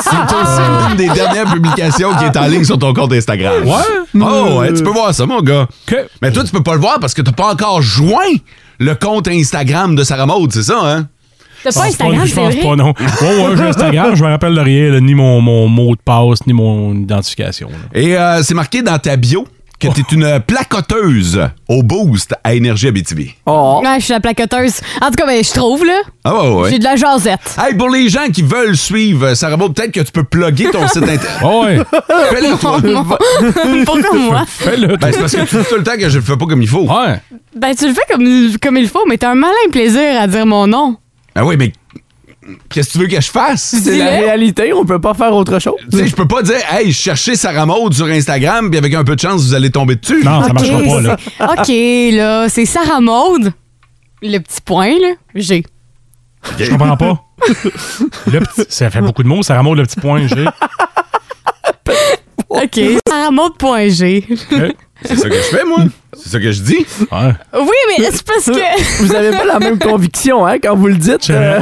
[SPEAKER 3] C'est aussi une des dernières publications qui est en ligne sur ton compte Instagram. Ouais. Oh, ouais, tu peux voir ça, mon gars.
[SPEAKER 4] OK.
[SPEAKER 3] Mais toi, tu peux pas le voir parce que t'as pas encore joint le compte Instagram de Sarah Maud, c'est ça, hein?
[SPEAKER 6] T'as pas
[SPEAKER 4] Je pense
[SPEAKER 6] Instagram,
[SPEAKER 4] je
[SPEAKER 6] c'est
[SPEAKER 4] pense
[SPEAKER 6] vrai? (laughs)
[SPEAKER 4] pas, non. Ouais, ouais, j'ai Instagram, je me rappelle de rien, là, ni mon, mon mot de passe, ni mon identification. là.
[SPEAKER 3] Et euh, c'est marqué dans ta bio que t'es une placoteuse au boost à Énergie Abitibi.
[SPEAKER 5] Oh.
[SPEAKER 6] Ouais, je suis la placoteuse. En tout cas, ben, je trouve, là.
[SPEAKER 3] Ah ouais, ouais.
[SPEAKER 6] J'ai de la jasette.
[SPEAKER 3] Hey, pour les gens qui veulent suivre euh, Sarah Maud, peut-être que tu peux plugger ton site
[SPEAKER 4] (laughs)
[SPEAKER 3] internet.
[SPEAKER 4] Ah ouais,
[SPEAKER 3] Fais-le, toi.
[SPEAKER 6] (laughs) Pourquoi moi?
[SPEAKER 4] fais-le. toi.
[SPEAKER 3] Ben, c'est parce que tu dis tout le temps que je le fais pas comme il faut.
[SPEAKER 4] Ouais.
[SPEAKER 6] Ben, tu le fais comme, comme il faut, mais t'as un malin plaisir à dire mon nom.
[SPEAKER 3] Ah oui, mais qu'est-ce que tu veux que je fasse?
[SPEAKER 5] C'est la
[SPEAKER 6] Dis-le.
[SPEAKER 5] réalité, on peut pas faire autre chose.
[SPEAKER 3] Tu sais, je peux pas dire, hey, cherchez Sarah Maud sur Instagram, puis avec un peu de chance, vous allez tomber dessus.
[SPEAKER 4] Non, ça
[SPEAKER 6] Ok,
[SPEAKER 4] marchera pas, là.
[SPEAKER 6] c'est- (laughs) OK, là, c'est Sarah Maude. Le petit point, là, j'ai.
[SPEAKER 4] Je comprends pas. Le petit- ça fait beaucoup de mots, ça remonte le petit point G.
[SPEAKER 6] OK, Sarah Maude point G.
[SPEAKER 4] Ok.
[SPEAKER 3] C'est ça que je fais, moi. C'est ça que je dis.
[SPEAKER 4] Ouais.
[SPEAKER 6] (laughs) Oui, mais c'est parce que...
[SPEAKER 5] Vous avez pas la même conviction, hein, quand vous le dites.
[SPEAKER 4] C'est vrai.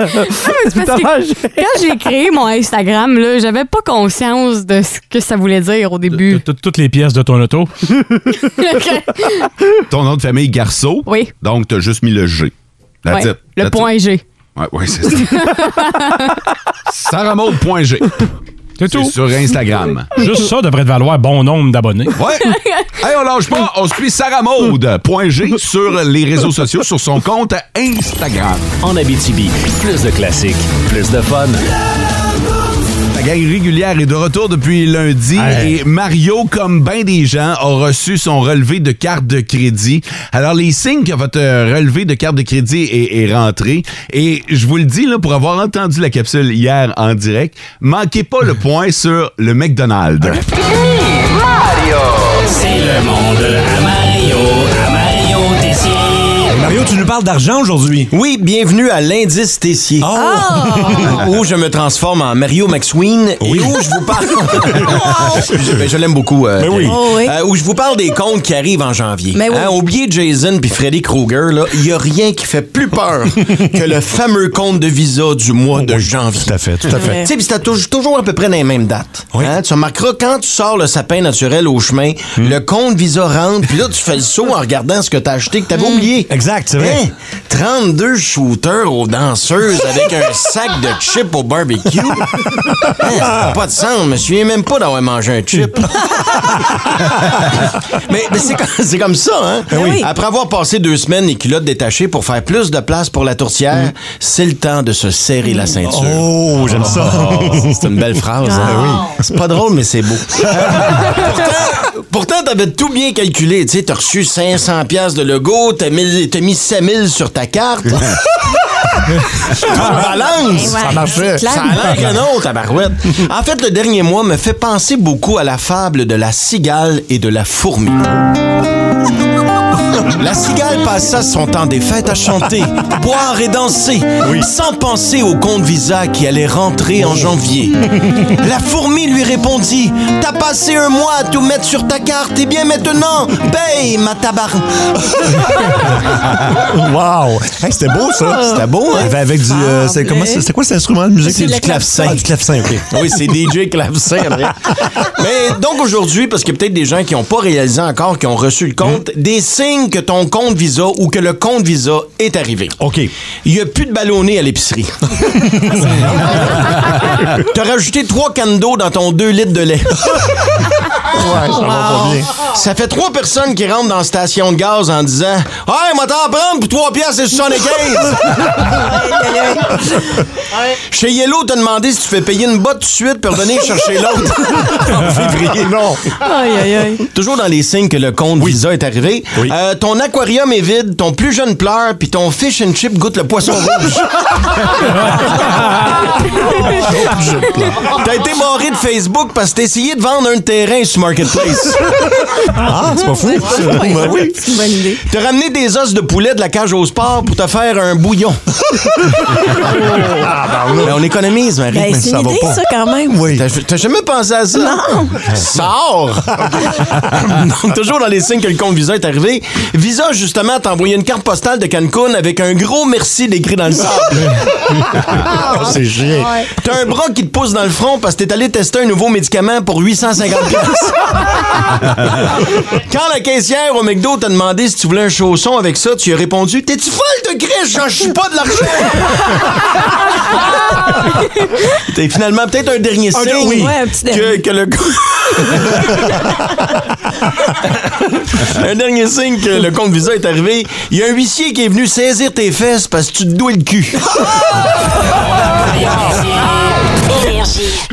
[SPEAKER 5] euh,
[SPEAKER 6] C'est parce que
[SPEAKER 5] Dommage.
[SPEAKER 6] quand j'ai créé mon Instagram, là, j'avais pas conscience de ce que ça voulait dire au début.
[SPEAKER 4] Toutes- Toutes les pièces de ton auto.
[SPEAKER 3] (laughs) Ton nom de famille, Garceau.
[SPEAKER 6] Oui.
[SPEAKER 3] Donc, t'as juste mis le G. La
[SPEAKER 6] Ouais. Le point G.
[SPEAKER 3] Oui, ouais, c'est
[SPEAKER 6] (laughs)
[SPEAKER 3] ça. Sarah Maud point G.
[SPEAKER 4] (laughs) C'est
[SPEAKER 3] (laughs) C'est
[SPEAKER 4] tout.
[SPEAKER 3] sur Instagram.
[SPEAKER 4] (laughs) Juste ça devrait te valoir bon nombre d'abonnés.
[SPEAKER 3] Ouais. Hey, on lâche pas. On suit Sarah Maud point G sur les réseaux sociaux, sur son compte Instagram.
[SPEAKER 2] En Abitibi, plus de classiques, plus de fun.
[SPEAKER 3] La gang régulière est de retour depuis lundi
[SPEAKER 4] Hey.
[SPEAKER 3] et Mario, comme bien des gens, a reçu son relevé de carte de crédit. Alors, les signes que votre euh, relevé de carte de crédit est, est rentré, et je vous le dis, là, pour avoir entendu la capsule hier en direct, manquez pas le point (laughs) sur le McDonald's.
[SPEAKER 11] C'est le monde à Mario, à Mario Tessier. Mario, tu nous parles d'argent aujourd'hui. Oh!
[SPEAKER 8] Oui, bienvenue à l'indice Tessier.
[SPEAKER 11] Ah!
[SPEAKER 8] où je me transforme en Mario McSween et où je vous parle. je ben, je l'aime beaucoup. euh,
[SPEAKER 11] oui.
[SPEAKER 8] Pierre.
[SPEAKER 11] Oh, oui.
[SPEAKER 8] Euh, où je vous parle des comptes qui arrivent en janvier. Hein,
[SPEAKER 11] Mais oui.
[SPEAKER 8] oubliez Jason puis Freddy Krueger, là, il y a rien qui fait plus
[SPEAKER 11] (laughs)
[SPEAKER 8] peur que le fameux compte de visa du mois de janvier.
[SPEAKER 11] Oh Tout à fait, tout à fait.
[SPEAKER 8] Tu sais, puis c'était tou- toujours à peu près dans les mêmes dates. Hein, Tu remarqueras, quand tu sors le sapin naturel au chemin,
[SPEAKER 11] Hmm.
[SPEAKER 8] le compte Visa rentre, puis là, tu fais le saut en regardant ce que t'as acheté que t'avais oublié.
[SPEAKER 11] Hmm. Exact, c'est vrai.
[SPEAKER 8] Hein? 32 shooters aux danseuses avec un sac de chips au
[SPEAKER 11] (laughs)
[SPEAKER 8] barbecue. Hein, ça n'a pas de sens, je me souviens même pas d'avoir mangé un
[SPEAKER 11] (laughs)
[SPEAKER 8] chip. mais mais c'est, comme, c'est comme ça, hein?
[SPEAKER 11] Ben oui.
[SPEAKER 8] Après avoir passé deux semaines les culottes détachées pour faire plus de place pour la tourtière, c'est le temps de se serrer la ceinture.
[SPEAKER 11] Hmm. Oh, j'aime ça.
[SPEAKER 8] (laughs) C'est une belle phrase. hein? C'est pas drôle, mais c'est beau. pourtant, Euh, pourtant, t'avais tout bien calculé. Tu sais, t'as reçu 500 pièces de logo, t'as mis, t'as mis 5000 sur ta carte. Ça balance.
[SPEAKER 11] Ça marchait.
[SPEAKER 8] Ça a l'air que non,
[SPEAKER 11] (laughs)
[SPEAKER 8] tabarouette. En fait, le dernier mois me fait penser beaucoup à la fable de la cigale et de la
[SPEAKER 11] (laughs)
[SPEAKER 8] fourmi. La cigale passa son temps des fêtes à
[SPEAKER 11] (laughs)
[SPEAKER 8] chanter, boire et danser, sans penser au compte Visa qui allait rentrer
[SPEAKER 11] Oh.
[SPEAKER 8] en
[SPEAKER 11] (laughs)
[SPEAKER 8] janvier. La fourmi lui répondit T'as passé un mois à tout mettre sur ta carte, et bien maintenant, paye ma tabarne.
[SPEAKER 11] (laughs) (laughs) Wow. Hey, c'était beau, ça.
[SPEAKER 8] (laughs) C'était beau, hein?
[SPEAKER 11] Avec, avec du.
[SPEAKER 2] Ah,
[SPEAKER 11] euh, c'est, comment, c'est, c'est quoi cet instrument de musique?
[SPEAKER 8] C'est le
[SPEAKER 11] du
[SPEAKER 8] clavecin.
[SPEAKER 11] Ah, du clavecin, OK.
[SPEAKER 2] (laughs)
[SPEAKER 8] Oui, c'est DJ Clavecin. André. Mais donc aujourd'hui, parce qu'il y a peut-être des gens qui n'ont pas réalisé encore, qui ont reçu le compte,
[SPEAKER 11] Hmm.
[SPEAKER 8] des signes que ton compte Visa ou que le compte Visa est arrivé.
[SPEAKER 11] OK.
[SPEAKER 8] Il n'y a plus de ballonné à
[SPEAKER 11] (laughs)
[SPEAKER 8] l'épicerie. T'as rajouté trois cannes d'eau dans ton 2 litres de lait.
[SPEAKER 11] Ouais, ça va pas bien.
[SPEAKER 8] Ça fait trois personnes qui rentrent dans la station de gaz en disant « Hey, moi t'en prendre pour 3 piastres et 75! Chez Yellow, t'as demandé si tu fais payer une botte tout de suite pour (laughs) venir chercher l'autre. en février, (laughs) non.
[SPEAKER 6] Aïe, aïe, aïe.
[SPEAKER 8] Toujours dans les signes que le compte Visa est arrivé. Euh, ton aquarium est vide, ton plus jeune pleure, puis ton fish and chip goûte le poisson
[SPEAKER 4] (laughs)
[SPEAKER 8] rouge. (laughs) T'as été barré de Facebook parce que t'as essayé de vendre un terrain sur (laughs) Marketplace.
[SPEAKER 11] Ah, c'est pas fou. ça. Ben oui.
[SPEAKER 6] C'est une bonne idée.
[SPEAKER 8] T'as ramené des os de poulet de la cage au sport pour te faire un bouillon. Mais on économise, Marie.
[SPEAKER 11] Ben, c'est ça va pas.
[SPEAKER 12] quand même.
[SPEAKER 11] Oui.
[SPEAKER 8] T'as- T'as jamais pensé à ça? Non!
[SPEAKER 13] (laughs)
[SPEAKER 8] Sors! Donc, toujours dans les signes que le compte Visa est arrivé, Visa, justement, t'a envoyé une carte postale de Cancun avec un gros merci décrit dans le sable.
[SPEAKER 11] Ah, c'est chiant.
[SPEAKER 8] T'as un bras qui te pousse dans le front parce que t'es allé tester un nouveau médicament pour 850 pièces. (laughs) Quand la caissière au McDo t'a demandé si tu voulais un chausson avec ça, tu as répondu T'es-tu folle de crèche? J'en suis pas de l'argent! T'es finalement peut-être un dernier signe
[SPEAKER 12] oui. Ouais, un petit
[SPEAKER 8] que,
[SPEAKER 12] dernier.
[SPEAKER 8] que le (laughs) un dernier signe que le compte Visa est arrivé. Il y a un huissier qui est venu saisir tes fesses parce que tu te douais le cul. (laughs)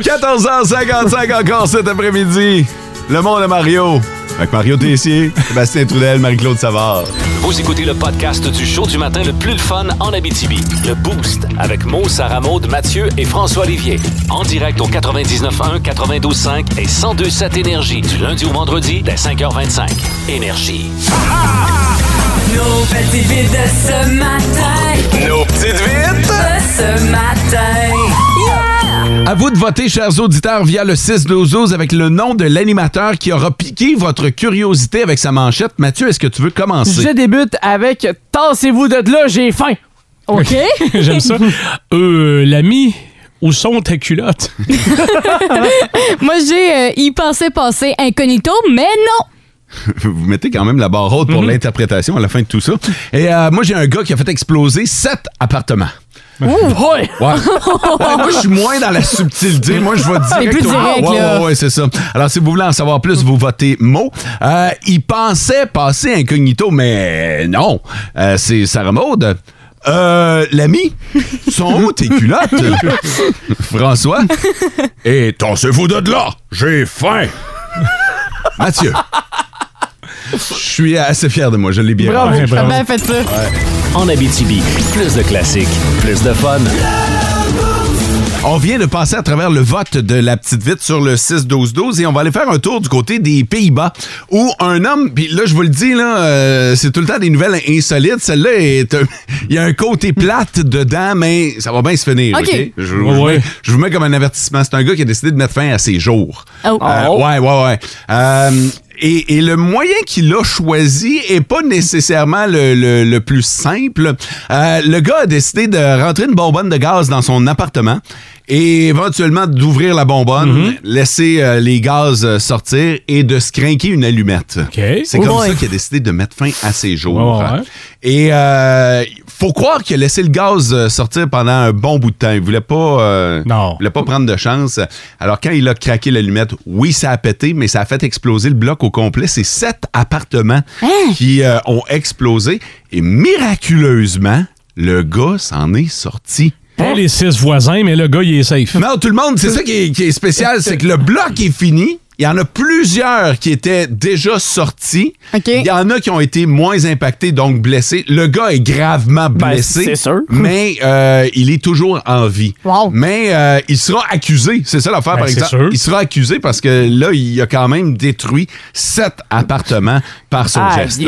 [SPEAKER 3] 14h55 encore cet après-midi. Le monde à Mario. Avec Mario Tessier, Sébastien Trudel, Marie-Claude Savard.
[SPEAKER 2] Vous écoutez le podcast du show du matin le plus le fun en Abitibi. Le Boost avec Mo, Sarah Maud, Mathieu et François Olivier. En direct au 99.1, 92.5 et 102.7 Énergie du lundi au vendredi dès 5h25. Énergie.
[SPEAKER 12] Nos petites vites de ce matin.
[SPEAKER 2] Nos petites vites!
[SPEAKER 12] De ce matin.
[SPEAKER 3] À vous de voter, chers auditeurs, via le 6-12-12 avec le nom de l'animateur qui aura piqué votre curiosité
[SPEAKER 14] Ah,
[SPEAKER 3] avec sa manchette. Mathieu, est-ce que tu veux commencer?
[SPEAKER 5] Je débute avec Tassez-vous de là, j'ai faim.
[SPEAKER 6] OK.
[SPEAKER 4] (laughs) J'aime ça. Euh, l'ami, où sont tes culottes?
[SPEAKER 6] Moi, j'ai euh, y pensé passer incognito, mais non!
[SPEAKER 3] vous mettez quand même la barre haute pour l'interprétation à la fin de tout ça. Et euh, moi, j'ai un gars qui a fait exploser sept appartements.
[SPEAKER 5] ouais.
[SPEAKER 3] Ah, moi, je suis moins dans la subtilité. Moi, je vais
[SPEAKER 5] C'est
[SPEAKER 3] direct.
[SPEAKER 5] plus
[SPEAKER 3] au-
[SPEAKER 5] direct,
[SPEAKER 3] Ouais,
[SPEAKER 5] là.
[SPEAKER 3] ouais, ouais, c'est ça. Alors, si vous voulez en savoir plus, vous votez mot. Euh, il pensait passer incognito, mais non. Euh, c'est Sarah Maud. Euh, l'ami, sont où
[SPEAKER 5] (laughs)
[SPEAKER 3] tes culottes? François, et tassez-vous de là, j'ai faim. Mathieu, je suis assez fier de moi, je l'ai bien
[SPEAKER 2] Bravo,
[SPEAKER 3] rendu.
[SPEAKER 2] t'as Bravo. bien fait ça. En Abitibi, plus de classiques, plus de fun.
[SPEAKER 3] On vient de passer à travers le vote de la petite vite sur le 6-12-12 et on va aller faire un tour du côté des Pays-Bas où un homme, puis là je vous le dis, là, euh, c'est tout le temps des nouvelles insolites. Celle-là, est un- (laughs) il y a un côté plate dedans, mais ça va bien se finir.
[SPEAKER 6] OK.
[SPEAKER 3] OK? Je, je vous mets, je vous mets comme un avertissement. C'est un gars qui a décidé de mettre fin à ses jours.
[SPEAKER 6] Oh.
[SPEAKER 3] Euh, ouais, ouais, ouais. Euh, et, et le moyen qu'il a choisi est pas nécessairement le, le- le plus simple. Euh, le gars a décidé de rentrer une bonbonne de gaz dans son appartement et éventuellement d'ouvrir la bonbonne, laisser euh, les gaz euh, sortir et de scrinquer une allumette. C'est
[SPEAKER 4] Oh
[SPEAKER 3] comme
[SPEAKER 4] boy.
[SPEAKER 3] ça qu'il a décidé de mettre fin à ses jours.
[SPEAKER 4] Ouais, ouais, ouais.
[SPEAKER 3] Et euh, faut croire qu'il a laissé le gaz euh, sortir pendant un bon bout de temps. Il voulait pas, euh, il voulait pas prendre de chance. Alors quand il a craqué l'allumette, oui, ça a pété, mais ça a fait exploser le bloc au complet. C'est sept appartements qui euh, ont explosé et miraculeusement, le gars s'en est sorti.
[SPEAKER 4] Pas les six voisins, mais le gars, il est safe.
[SPEAKER 3] Non, tout le monde, c'est ça qui est, qui est spécial, c'est que le bloc est fini. Il y en a plusieurs qui étaient déjà sortis. Il y en a qui ont été moins impactés, donc blessés. Le gars est gravement
[SPEAKER 4] Ben,
[SPEAKER 3] blessé.
[SPEAKER 5] c'est sûr.
[SPEAKER 3] (laughs) Mais euh, il est toujours en vie. Mais euh, il sera accusé. C'est ça l'affaire,
[SPEAKER 4] Ben,
[SPEAKER 3] par
[SPEAKER 4] c'est
[SPEAKER 3] exemple.
[SPEAKER 4] sûr.
[SPEAKER 3] Il sera accusé parce que là, il a quand même détruit sept appartements par son geste.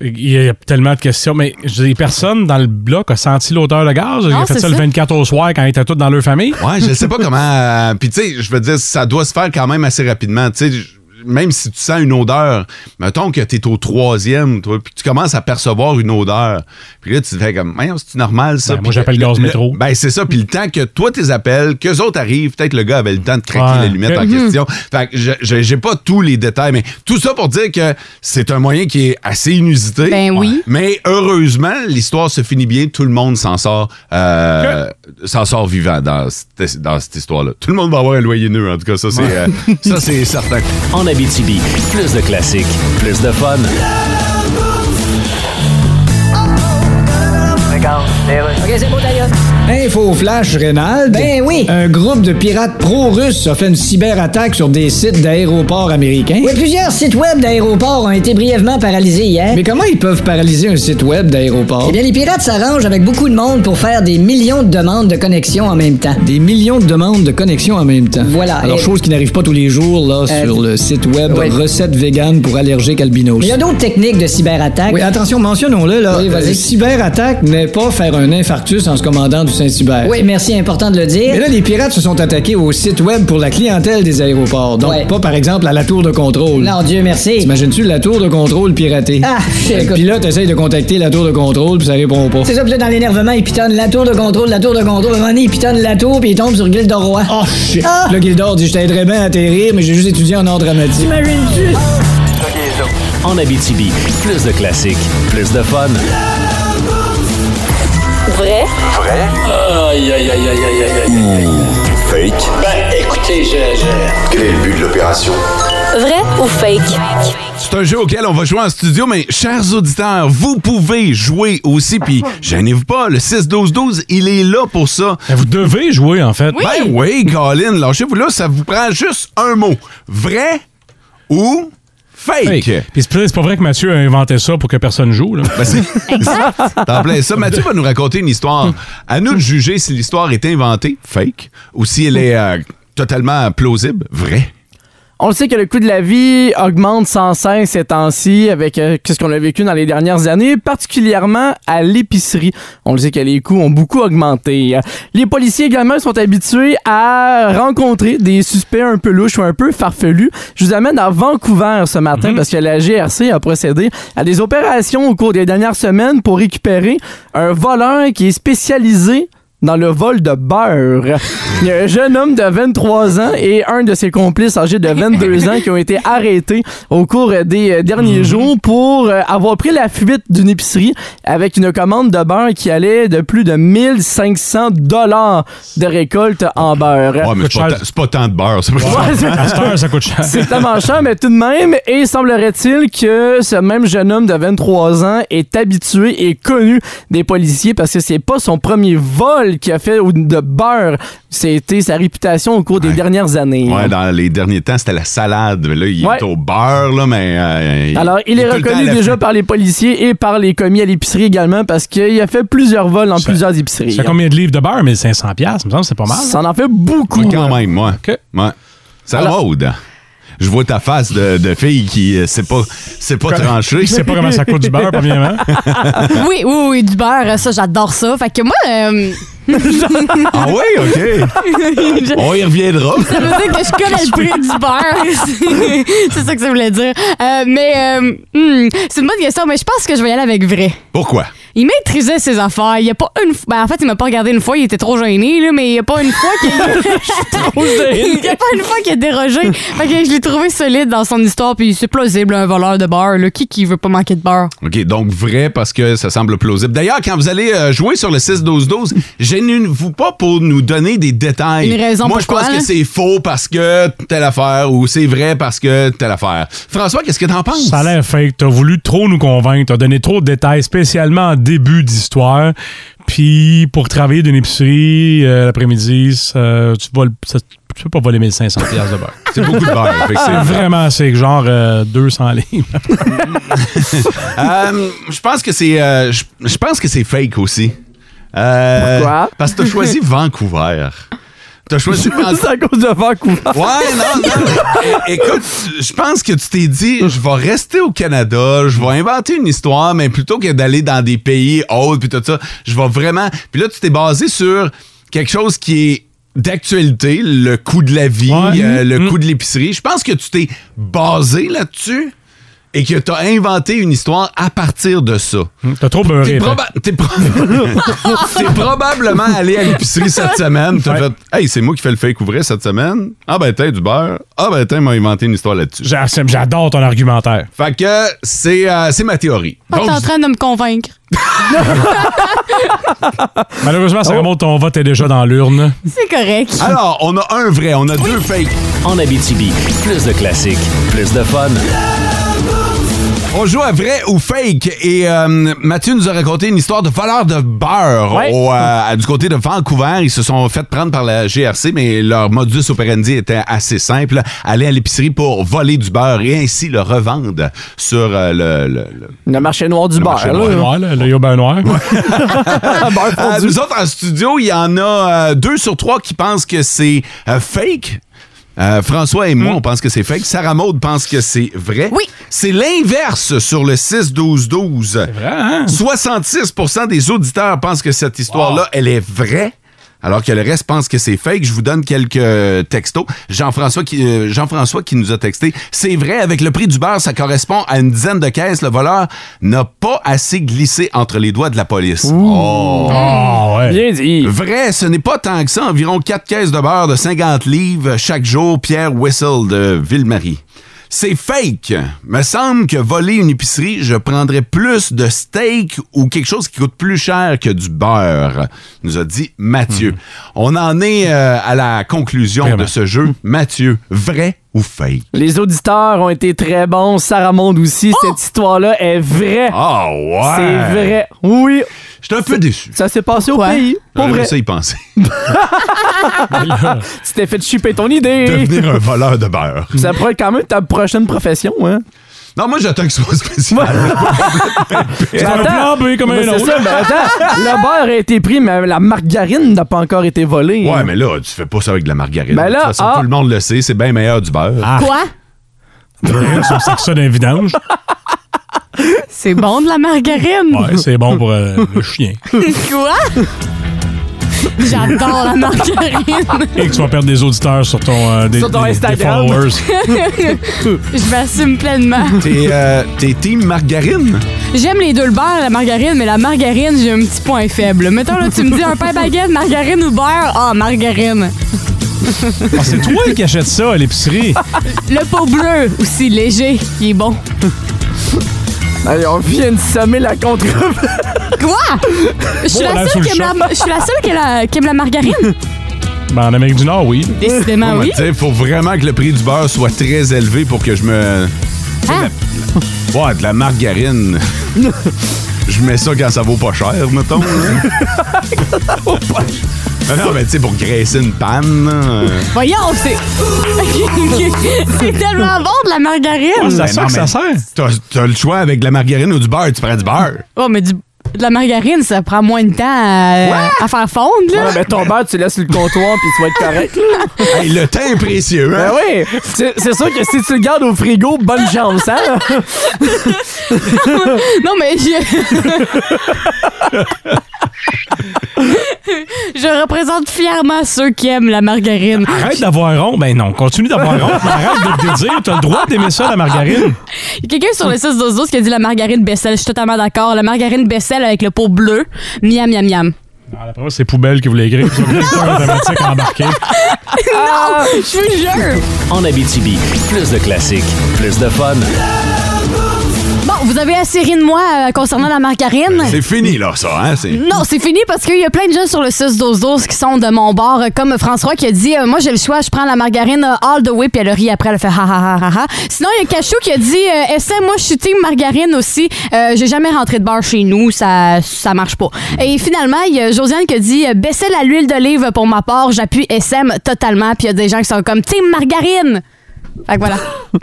[SPEAKER 4] Il y a tellement de questions, mais je dis, personne dans le bloc a senti l'odeur de gaz. Il
[SPEAKER 3] Non,
[SPEAKER 4] a fait
[SPEAKER 3] c'est
[SPEAKER 4] ça, le
[SPEAKER 3] ça.
[SPEAKER 4] 24 au soir quand ils étaient tous dans leur famille.
[SPEAKER 3] Ouais, je sais pas
[SPEAKER 4] (laughs)
[SPEAKER 3] comment. euh, Puis tu sais, je veux dire, ça doit se faire quand même assez rapidement. Tu sais, j- même si tu sens une odeur, mettons que t'es au troisième, toi, puis tu commences à percevoir une odeur. Puis là, tu te fais comme, mais c'est normal ça.
[SPEAKER 4] Ben, moi,
[SPEAKER 3] Puis
[SPEAKER 4] j'appelle gaz
[SPEAKER 3] le-
[SPEAKER 4] métro.
[SPEAKER 3] Ben c'est ça. Puis le temps que toi tes appels, que autres arrivent, peut-être le gars avait le temps de craquer
[SPEAKER 4] Ouais.
[SPEAKER 3] les lumières en
[SPEAKER 4] Mhm.
[SPEAKER 3] question. Fait que je- je- j'ai pas tous les détails, mais tout ça pour dire que c'est un moyen qui est assez inusité.
[SPEAKER 6] Ben oui.
[SPEAKER 3] Mais heureusement, l'histoire se finit bien. Tout le monde s'en sort, euh, s'en sort vivant dans cette, dans cette histoire-là. Tout le monde va avoir un loyer neuf, en tout cas. Ça,
[SPEAKER 2] (laughs)
[SPEAKER 3] c'est, euh, ça, c'est certain.
[SPEAKER 2] En Abitibi, plus de classiques, plus de fun.
[SPEAKER 9] OK, c'est bon, d'ailleurs.
[SPEAKER 10] Info flash Reynald. Ben oui. Un groupe de pirates pro-russes a fait une cyberattaque sur des sites d'aéroports américains.
[SPEAKER 15] Oui, plusieurs sites web d'aéroports ont été brièvement paralysés hier.
[SPEAKER 10] Mais comment ils peuvent paralyser un site web d'aéroport?
[SPEAKER 15] Eh bien, les pirates s'arrangent avec beaucoup de monde pour faire des millions de demandes de connexion en même temps.
[SPEAKER 10] Des millions de demandes de connexion en même temps.
[SPEAKER 15] Voilà.
[SPEAKER 10] Alors,
[SPEAKER 15] Et-
[SPEAKER 10] chose qui n'arrive pas tous les jours, là,
[SPEAKER 15] Euh,
[SPEAKER 10] sur le site web
[SPEAKER 15] oui.
[SPEAKER 10] Recettes vegan pour allergiques albinos.
[SPEAKER 15] Mais il y a d'autres techniques de cyberattaque.
[SPEAKER 10] Oui, attention, mentionnons-le, là.
[SPEAKER 15] Oui, vas-y.
[SPEAKER 10] Euh, cyberattaque n'est pas faire un infarctus en se commandant du Saint-Hubert.
[SPEAKER 15] Oui, merci, important de le dire.
[SPEAKER 10] Mais là, les pirates se sont attaqués au site web pour la clientèle des aéroports. Donc,
[SPEAKER 15] Ouais.
[SPEAKER 10] pas par exemple à la tour de contrôle.
[SPEAKER 15] Non, Dieu merci.
[SPEAKER 10] T'imagines-tu la tour de contrôle piratée?
[SPEAKER 15] Ah, (laughs)
[SPEAKER 10] Fait que
[SPEAKER 15] écoute.
[SPEAKER 10] Puis là, t'essayes de contacter la tour de contrôle, puis ça répond pas.
[SPEAKER 15] C'est ça, puis là, dans l'énervement, ils pitonnent la tour de contrôle, la tour de contrôle. À un moment donné, ils pitonnent la tour, puis ils tombent sur Gilles de Roy.
[SPEAKER 10] Oh, shit!
[SPEAKER 15] Ah!
[SPEAKER 10] Puis Là, Gildor dit Je t'aiderais bien à atterrir, mais j'ai juste étudié en art dramatique.
[SPEAKER 15] T'imagines-tu?
[SPEAKER 2] En Abitibi, plus de classiques, plus de fun.
[SPEAKER 12] Vrai?
[SPEAKER 2] Vrai?
[SPEAKER 12] Aïe, aïe, aïe, aïe, aïe, aïe, aïe.
[SPEAKER 14] Mmh. Fake.
[SPEAKER 12] Ben, écoutez, je.
[SPEAKER 14] Quel est le but de l'opération?
[SPEAKER 12] Vrai ou fake?
[SPEAKER 3] C'est un jeu auquel on va jouer en studio, mais chers auditeurs, vous pouvez jouer aussi. Puis, gênez-vous pas, le 6-12-12, il est là pour ça.
[SPEAKER 4] vous devez jouer, en fait.
[SPEAKER 3] Ben oui, Colin, lâchez-vous là, ça vous prend juste un mot. Vrai ou fake? Ben,
[SPEAKER 4] Hey. Puis c'est c'est pas vrai que Mathieu a inventé ça pour que personne joue. Là.
[SPEAKER 3] T'en plaît ça. Mathieu va nous raconter une histoire. À nous de juger si l'histoire est inventée, fake, ou si elle est euh, totalement plausible, vraie.
[SPEAKER 5] On le sait que le coût de la vie augmente sans cesse ces temps-ci avec euh, ce qu'on a vécu dans les dernières années, particulièrement à l'épicerie. On le sait que les coûts ont beaucoup augmenté. Les policiers également sont habitués à rencontrer des suspects un peu louches ou un peu farfelus. Je vous amène à Vancouver ce matin parce que la GRC a procédé à des opérations au cours des dernières semaines pour récupérer un voleur qui est spécialisé dans le vol de beurre. Il y a un jeune homme de 23 ans et un de ses complices âgés de 22 ans qui ont été arrêtés au cours des euh, derniers jours pour euh, avoir pris la fuite d'une épicerie avec une commande de beurre qui allait de plus de 1500 dollars de récolte en beurre.
[SPEAKER 3] Ouais, mais c'est pas, tant- c'est pas tant de beurre. Ça,
[SPEAKER 5] Ouais, c'est- À cette heure, ça
[SPEAKER 4] coûte cher.
[SPEAKER 5] C'est tellement cher, mais tout de même, et semblerait-il que ce même jeune homme de 23 ans est habitué et connu des policiers parce que c'est pas son premier vol qu'il a fait ou de beurre. C'était sa réputation au cours des dernières années.
[SPEAKER 3] Ouais, dans les derniers temps, c'était la salade. Mais Là, il
[SPEAKER 5] Ouais.
[SPEAKER 3] est au beurre, là, mais. euh, il-
[SPEAKER 5] Alors, il est
[SPEAKER 3] tout le temps à
[SPEAKER 5] reconnu
[SPEAKER 3] la
[SPEAKER 5] déjà
[SPEAKER 3] fuite.
[SPEAKER 5] par les policiers et par les commis à l'épicerie également parce qu'il a fait plusieurs vols dans plusieurs épiceries.
[SPEAKER 4] Ça
[SPEAKER 3] (laughs)
[SPEAKER 4] fait combien de livres de beurre? 1500 piastres, me semble, c'est pas mal.
[SPEAKER 5] Ça en fait beaucoup.
[SPEAKER 3] Ouais, quand même, moi. Ouais. Ça
[SPEAKER 4] Alors-
[SPEAKER 3] rôde. Je vois ta face de, de fille qui ne sait pas, sait pas Ah
[SPEAKER 4] Comme-
[SPEAKER 3] trancher.
[SPEAKER 4] qui sait pas comment ça coûte du beurre,
[SPEAKER 3] (laughs)
[SPEAKER 4] premièrement.
[SPEAKER 6] (laughs) oui, oui, oui, du beurre, ça, j'adore ça. Fait que moi. euh,
[SPEAKER 3] (laughs) Ah
[SPEAKER 6] (laughs)
[SPEAKER 3] oui, OK. On y reviendra.
[SPEAKER 6] Ça veut dire que je connais le prix du (laughs) beurre. c'est ça que ça voulait dire. Euh, mais euh, hmm, c'est une bonne question, mais je pense que je vais y aller avec vrai.
[SPEAKER 3] Pourquoi?
[SPEAKER 6] Il maîtrisait ses affaires. Il y a pas une fois. Ben, en fait, il m'a pas regardé une fois. Il était trop gêné, là, mais il y a pas une fois qu'il.
[SPEAKER 5] gênée.
[SPEAKER 6] (laughs) il y a pas une fois qu'il a dérogé. Fait que je l'ai trouvé solide dans son histoire. Puis c'est plausible, un voleur de beurre. Là. Qui qui veut pas manquer de beurre?
[SPEAKER 3] OK, donc vrai parce que ça semble plausible. D'ailleurs, quand vous allez euh, jouer sur le 6-12-12, gênez-vous pas pour nous donner des détails.
[SPEAKER 6] Une raison
[SPEAKER 3] Moi, je
[SPEAKER 6] pourquoi,
[SPEAKER 3] pense
[SPEAKER 6] là.
[SPEAKER 3] que c'est faux parce que telle affaire ou c'est vrai parce que telle affaire.
[SPEAKER 5] (laughs)
[SPEAKER 3] François, qu'est-ce que t'en penses?
[SPEAKER 4] Ça a l'air fake. T'as voulu trop nous convaincre. T'as donné trop de détails, spécialement en début d'histoire. Puis, pour travailler d'une épicerie euh, l'après-midi, ça- tu voles, ça- tu peux pas voler 1500 piastres de beurre.
[SPEAKER 3] (laughs) C'est beaucoup de beurre, effectivement.
[SPEAKER 4] C'est vraiment, c'est genre euh, 200 livres.
[SPEAKER 3] Euh, je pense que c'est euh, je je pense que c'est fake aussi. Euh,
[SPEAKER 5] Pourquoi?
[SPEAKER 3] Parce que t'as
[SPEAKER 5] (laughs)
[SPEAKER 3] choisi Vancouver. T'as choisi Vancouver.
[SPEAKER 5] C'est à cause de Vancouver.
[SPEAKER 3] Ouais, non, non. mais, é- (laughs) Écoute, je pense que tu t'es dit, je vais rester au Canada, je vais inventer une histoire, mais plutôt que d'aller dans des pays autres, puis tout ça, je vais vraiment. Puis là, tu t'es basé sur quelque chose qui est d'actualité, le coût de la vie, euh, le
[SPEAKER 4] Mm-hmm.
[SPEAKER 3] coût de l'épicerie. Je pense que tu t'es basé là-dessus et que tu as inventé une histoire à partir de ça.
[SPEAKER 4] T'as trop
[SPEAKER 3] T'es
[SPEAKER 4] beurré. fait.
[SPEAKER 3] proba- t'es
[SPEAKER 4] (laughs)
[SPEAKER 3] pro- t'es probablement allé à l'épicerie cette semaine. T'as fait Hey, c'est moi qui fais le fake ouvrir cette semaine. Ah ben t'as du beurre. Ah ben t'as, il m'a inventé une histoire là-dessus.
[SPEAKER 4] J'a- J'adore ton argumentaire.
[SPEAKER 3] Fait que c'est euh, c'est ma théorie.
[SPEAKER 6] Ah,
[SPEAKER 3] Donc,
[SPEAKER 6] t'es en train de me convaincre.
[SPEAKER 4] Malheureusement,
[SPEAKER 3] Oh.
[SPEAKER 4] ça remonte, ton vote est déjà dans l'urne.
[SPEAKER 6] C'est correct.
[SPEAKER 3] alors, on a un vrai, on a deux fakes.
[SPEAKER 2] En Abitibi, plus de classiques, plus de fun.
[SPEAKER 3] On joue à vrai ou fake et euh, Mathieu nous a raconté une histoire de voleur de beurre
[SPEAKER 5] Ouais.
[SPEAKER 3] au, euh, du côté de Vancouver. Ils se sont fait prendre par la GRC, mais leur modus operandi était assez simple. Aller à l'épicerie pour voler du beurre et ainsi le revendre sur euh, le- le- le
[SPEAKER 5] Le marché noir du
[SPEAKER 3] Le
[SPEAKER 5] beurre.
[SPEAKER 3] marché
[SPEAKER 5] là.
[SPEAKER 4] Le noir, là, le
[SPEAKER 3] (laughs)
[SPEAKER 4] yobin noir. Ah, ben,
[SPEAKER 5] Beurre
[SPEAKER 3] Euh,
[SPEAKER 5] fondu.
[SPEAKER 3] nous autres, en studio, il y en a euh, deux sur trois qui pensent que c'est euh, fake. Euh, François et moi,
[SPEAKER 4] Mm.
[SPEAKER 3] on pense que c'est fake. Sarah Maud pense que c'est vrai.
[SPEAKER 6] Oui.
[SPEAKER 3] C'est l'inverse sur le 6-12-12.
[SPEAKER 4] vrai, hein?
[SPEAKER 3] 66 des auditeurs pensent que cette histoire-là, elle est vraie. Alors que le reste pense que c'est fake. Je vous donne quelques textos. Jean-François qui, euh, Jean-François qui nous a texté. C'est vrai, avec le prix du beurre, ça correspond à une dizaine de caisses. Le voleur n'a pas assez glissé entre les doigts de la police. Oh.
[SPEAKER 4] Ah, ouais.
[SPEAKER 5] Mmh. Bien dit.
[SPEAKER 3] Vrai, ce n'est pas tant que ça. Environ 4 caisses de beurre de 50 livres chaque jour, Pierre Whistle de Ville-Marie. C'est fake. Me semble que voler une épicerie, je prendrais plus de steak ou quelque chose qui coûte plus cher que du beurre, nous a dit Mathieu.
[SPEAKER 5] Mhm.
[SPEAKER 3] On en est euh, à la conclusion de ce
[SPEAKER 5] Mhm.
[SPEAKER 3] jeu. Mathieu, vrai ou fake?
[SPEAKER 5] Les auditeurs ont été très bons. Sarah Monde aussi. Cette histoire-là est vraie.
[SPEAKER 3] Oh! Ah ouais!
[SPEAKER 5] C'est vrai. Oui.
[SPEAKER 3] J'étais un peu déçu.
[SPEAKER 5] Ça s'est passé au pays. Pour
[SPEAKER 3] J'aurais
[SPEAKER 5] vrai.
[SPEAKER 3] aimé ça y penser.
[SPEAKER 5] (laughs) Tu t'es fait chipper ton idée.
[SPEAKER 3] Devenir un voleur de beurre.
[SPEAKER 5] (laughs) Ça pourrait être quand même ta prochaine profession, hein?
[SPEAKER 3] Non, moi, j'attends que ce soit spécial.
[SPEAKER 5] (laughs)
[SPEAKER 4] C'est un plan B comme
[SPEAKER 5] Mais
[SPEAKER 4] un
[SPEAKER 5] c'est
[SPEAKER 4] autre.
[SPEAKER 5] ça, mais attends, le beurre a été pris, mais la margarine n'a pas encore été volée.
[SPEAKER 3] Ouais, mais là, tu fais pas ça avec de la margarine.
[SPEAKER 5] Ben
[SPEAKER 3] de
[SPEAKER 5] là,
[SPEAKER 3] toute façon,
[SPEAKER 5] ah.
[SPEAKER 3] tout le monde le sait, c'est bien meilleur du beurre.
[SPEAKER 4] Ah.
[SPEAKER 6] Quoi?
[SPEAKER 4] Brune, ça me sert ça d'un vidange.
[SPEAKER 6] C'est bon de la margarine.
[SPEAKER 4] Ouais, c'est bon
[SPEAKER 3] (laughs)
[SPEAKER 4] pour euh, le chien.
[SPEAKER 6] Quoi? J'adore la margarine.
[SPEAKER 4] Et que tu vas perdre des auditeurs sur ton, euh, des,
[SPEAKER 6] Sur ton
[SPEAKER 4] des- des
[SPEAKER 6] Instagram.
[SPEAKER 3] (laughs)
[SPEAKER 4] followers.
[SPEAKER 6] (laughs) Je m'assume pleinement.
[SPEAKER 3] T'es euh, t'es team margarine?
[SPEAKER 6] J'aime les deux le beurre, la margarine, mais la margarine, j'ai un petit point faible. Mettons, là, tu me dis un pain baguette, margarine ou beurre? Ah, margarine.
[SPEAKER 4] Ah, c'est toi qui achètes ça à l'épicerie.
[SPEAKER 6] Le pot bleu, aussi léger, il est bon.
[SPEAKER 5] Allez, on vient de semer la contre.
[SPEAKER 6] Quoi? Je suis
[SPEAKER 5] Bon, là,
[SPEAKER 6] la,
[SPEAKER 5] sous
[SPEAKER 6] seule
[SPEAKER 5] le
[SPEAKER 6] qui aime
[SPEAKER 5] choc.
[SPEAKER 6] la- je suis la seule qui aime la, qui aime
[SPEAKER 5] (laughs)
[SPEAKER 6] la margarine?
[SPEAKER 4] Ben, en Amérique du Nord, oui.
[SPEAKER 6] Décidément,
[SPEAKER 3] Ouais,
[SPEAKER 6] oui.
[SPEAKER 3] mais tu sais, faut vraiment que le prix du beurre soit très élevé pour que je me.
[SPEAKER 6] Ah,
[SPEAKER 3] Ouais, de la
[SPEAKER 6] (laughs)
[SPEAKER 3] margarine. je mets ça quand ça vaut pas cher, mettons. là.
[SPEAKER 6] (laughs)
[SPEAKER 3] Mais non, mais tu sais, pour graisser une panne. là, euh,
[SPEAKER 6] voyons, c'est... (laughs) c'est tellement bon de la margarine.
[SPEAKER 3] ben non, mais T'as, t'as le choix avec de la margarine ou du beurre, tu prends du beurre.
[SPEAKER 6] Oh, mais du- de la margarine, ça prend moins de temps à, à faire fondre, là.
[SPEAKER 5] Ouais, mais ton beurre, tu le laisses sur le comptoir puis tu vas être correct. là.
[SPEAKER 3] Hey, le temps est précieux, hein?
[SPEAKER 5] Ben oui! C'est c'est sûr que si tu le gardes au frigo, bonne chance, hein?
[SPEAKER 6] (laughs) non, mais je... je représente fièrement ceux qui aiment la margarine.
[SPEAKER 4] Arrête d'avoir rond. Ben non, continue d'avoir rond. mais Arrête de te dire. T'as le droit d'aimer ça, la margarine.
[SPEAKER 6] Il y a quelqu'un sur le 6 12 qui a dit la margarine Bessel. Je suis totalement d'accord. La margarine Bessel avec le pot bleu. Miam, miam, miam.
[SPEAKER 4] Ah, D'après moi, c'est poubelle que vous l'écrivez. Vous avez des points automatiques
[SPEAKER 6] (laughs)
[SPEAKER 4] embarqués.
[SPEAKER 6] non, je vous jure.
[SPEAKER 2] En Abitibi, plus de classiques, plus de fun.
[SPEAKER 6] Bon, vous avez assez ri de moi euh, concernant la margarine.
[SPEAKER 3] C'est fini, là, ça, hein? C'est...
[SPEAKER 6] Non, c'est fini parce qu'il y a plein de gens sur le 6-12-12 qui sont de mon bord, euh, comme François qui a dit euh, Moi, j'ai le choix, je prends la margarine euh, all the way, puis elle rit après, elle fait ha ha ha ha ha. Sinon, il y a Cachou qui a dit euh, Essaie, moi, je suis team margarine aussi. Euh, j'ai jamais rentré de beurre chez nous, ça, ça marche pas. Et finalement, il y a Josiane qui a dit euh, Baissez la l'huile d'olive pour ma part, j'appuie SM totalement, puis il y a des gens qui sont comme Team margarine. Fait que voilà,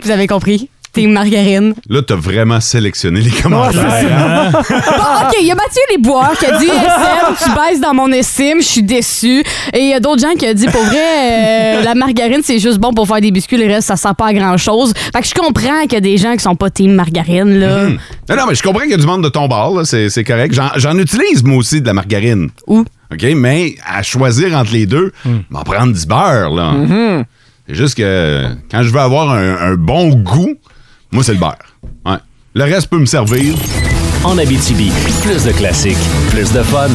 [SPEAKER 6] vous avez compris. Team margarine.
[SPEAKER 3] Là, t'as vraiment sélectionné les
[SPEAKER 4] Ouais,
[SPEAKER 3] commentaires.
[SPEAKER 10] Ah.
[SPEAKER 4] hein? (laughs)
[SPEAKER 11] (laughs)
[SPEAKER 6] Bon, Ah, OK, il y a Mathieu Lesbois qui a dit SM, tu baisses dans mon estime, je suis déçu. Et il y a d'autres gens qui ont dit pour vrai, euh, la margarine, c'est juste bon pour faire des biscuits, le reste, ça sent pas à grand chose. Fait que je comprends qu'il y a des gens qui sont pas team margarine, là.
[SPEAKER 3] Hmm. Non, non, mais je comprends qu'il y a du monde de ton bord, là, c'est, c'est correct. J'en, j'en utilise, moi aussi, de la margarine.
[SPEAKER 6] Où?
[SPEAKER 3] OK, mais à choisir entre les deux, m'en prendre du beurre, là. C'est juste que quand je veux avoir un, un bon goût, moi, c'est le beurre. Ouais. Le reste peut me servir.
[SPEAKER 2] En Abitibi, plus de classiques, plus de fun.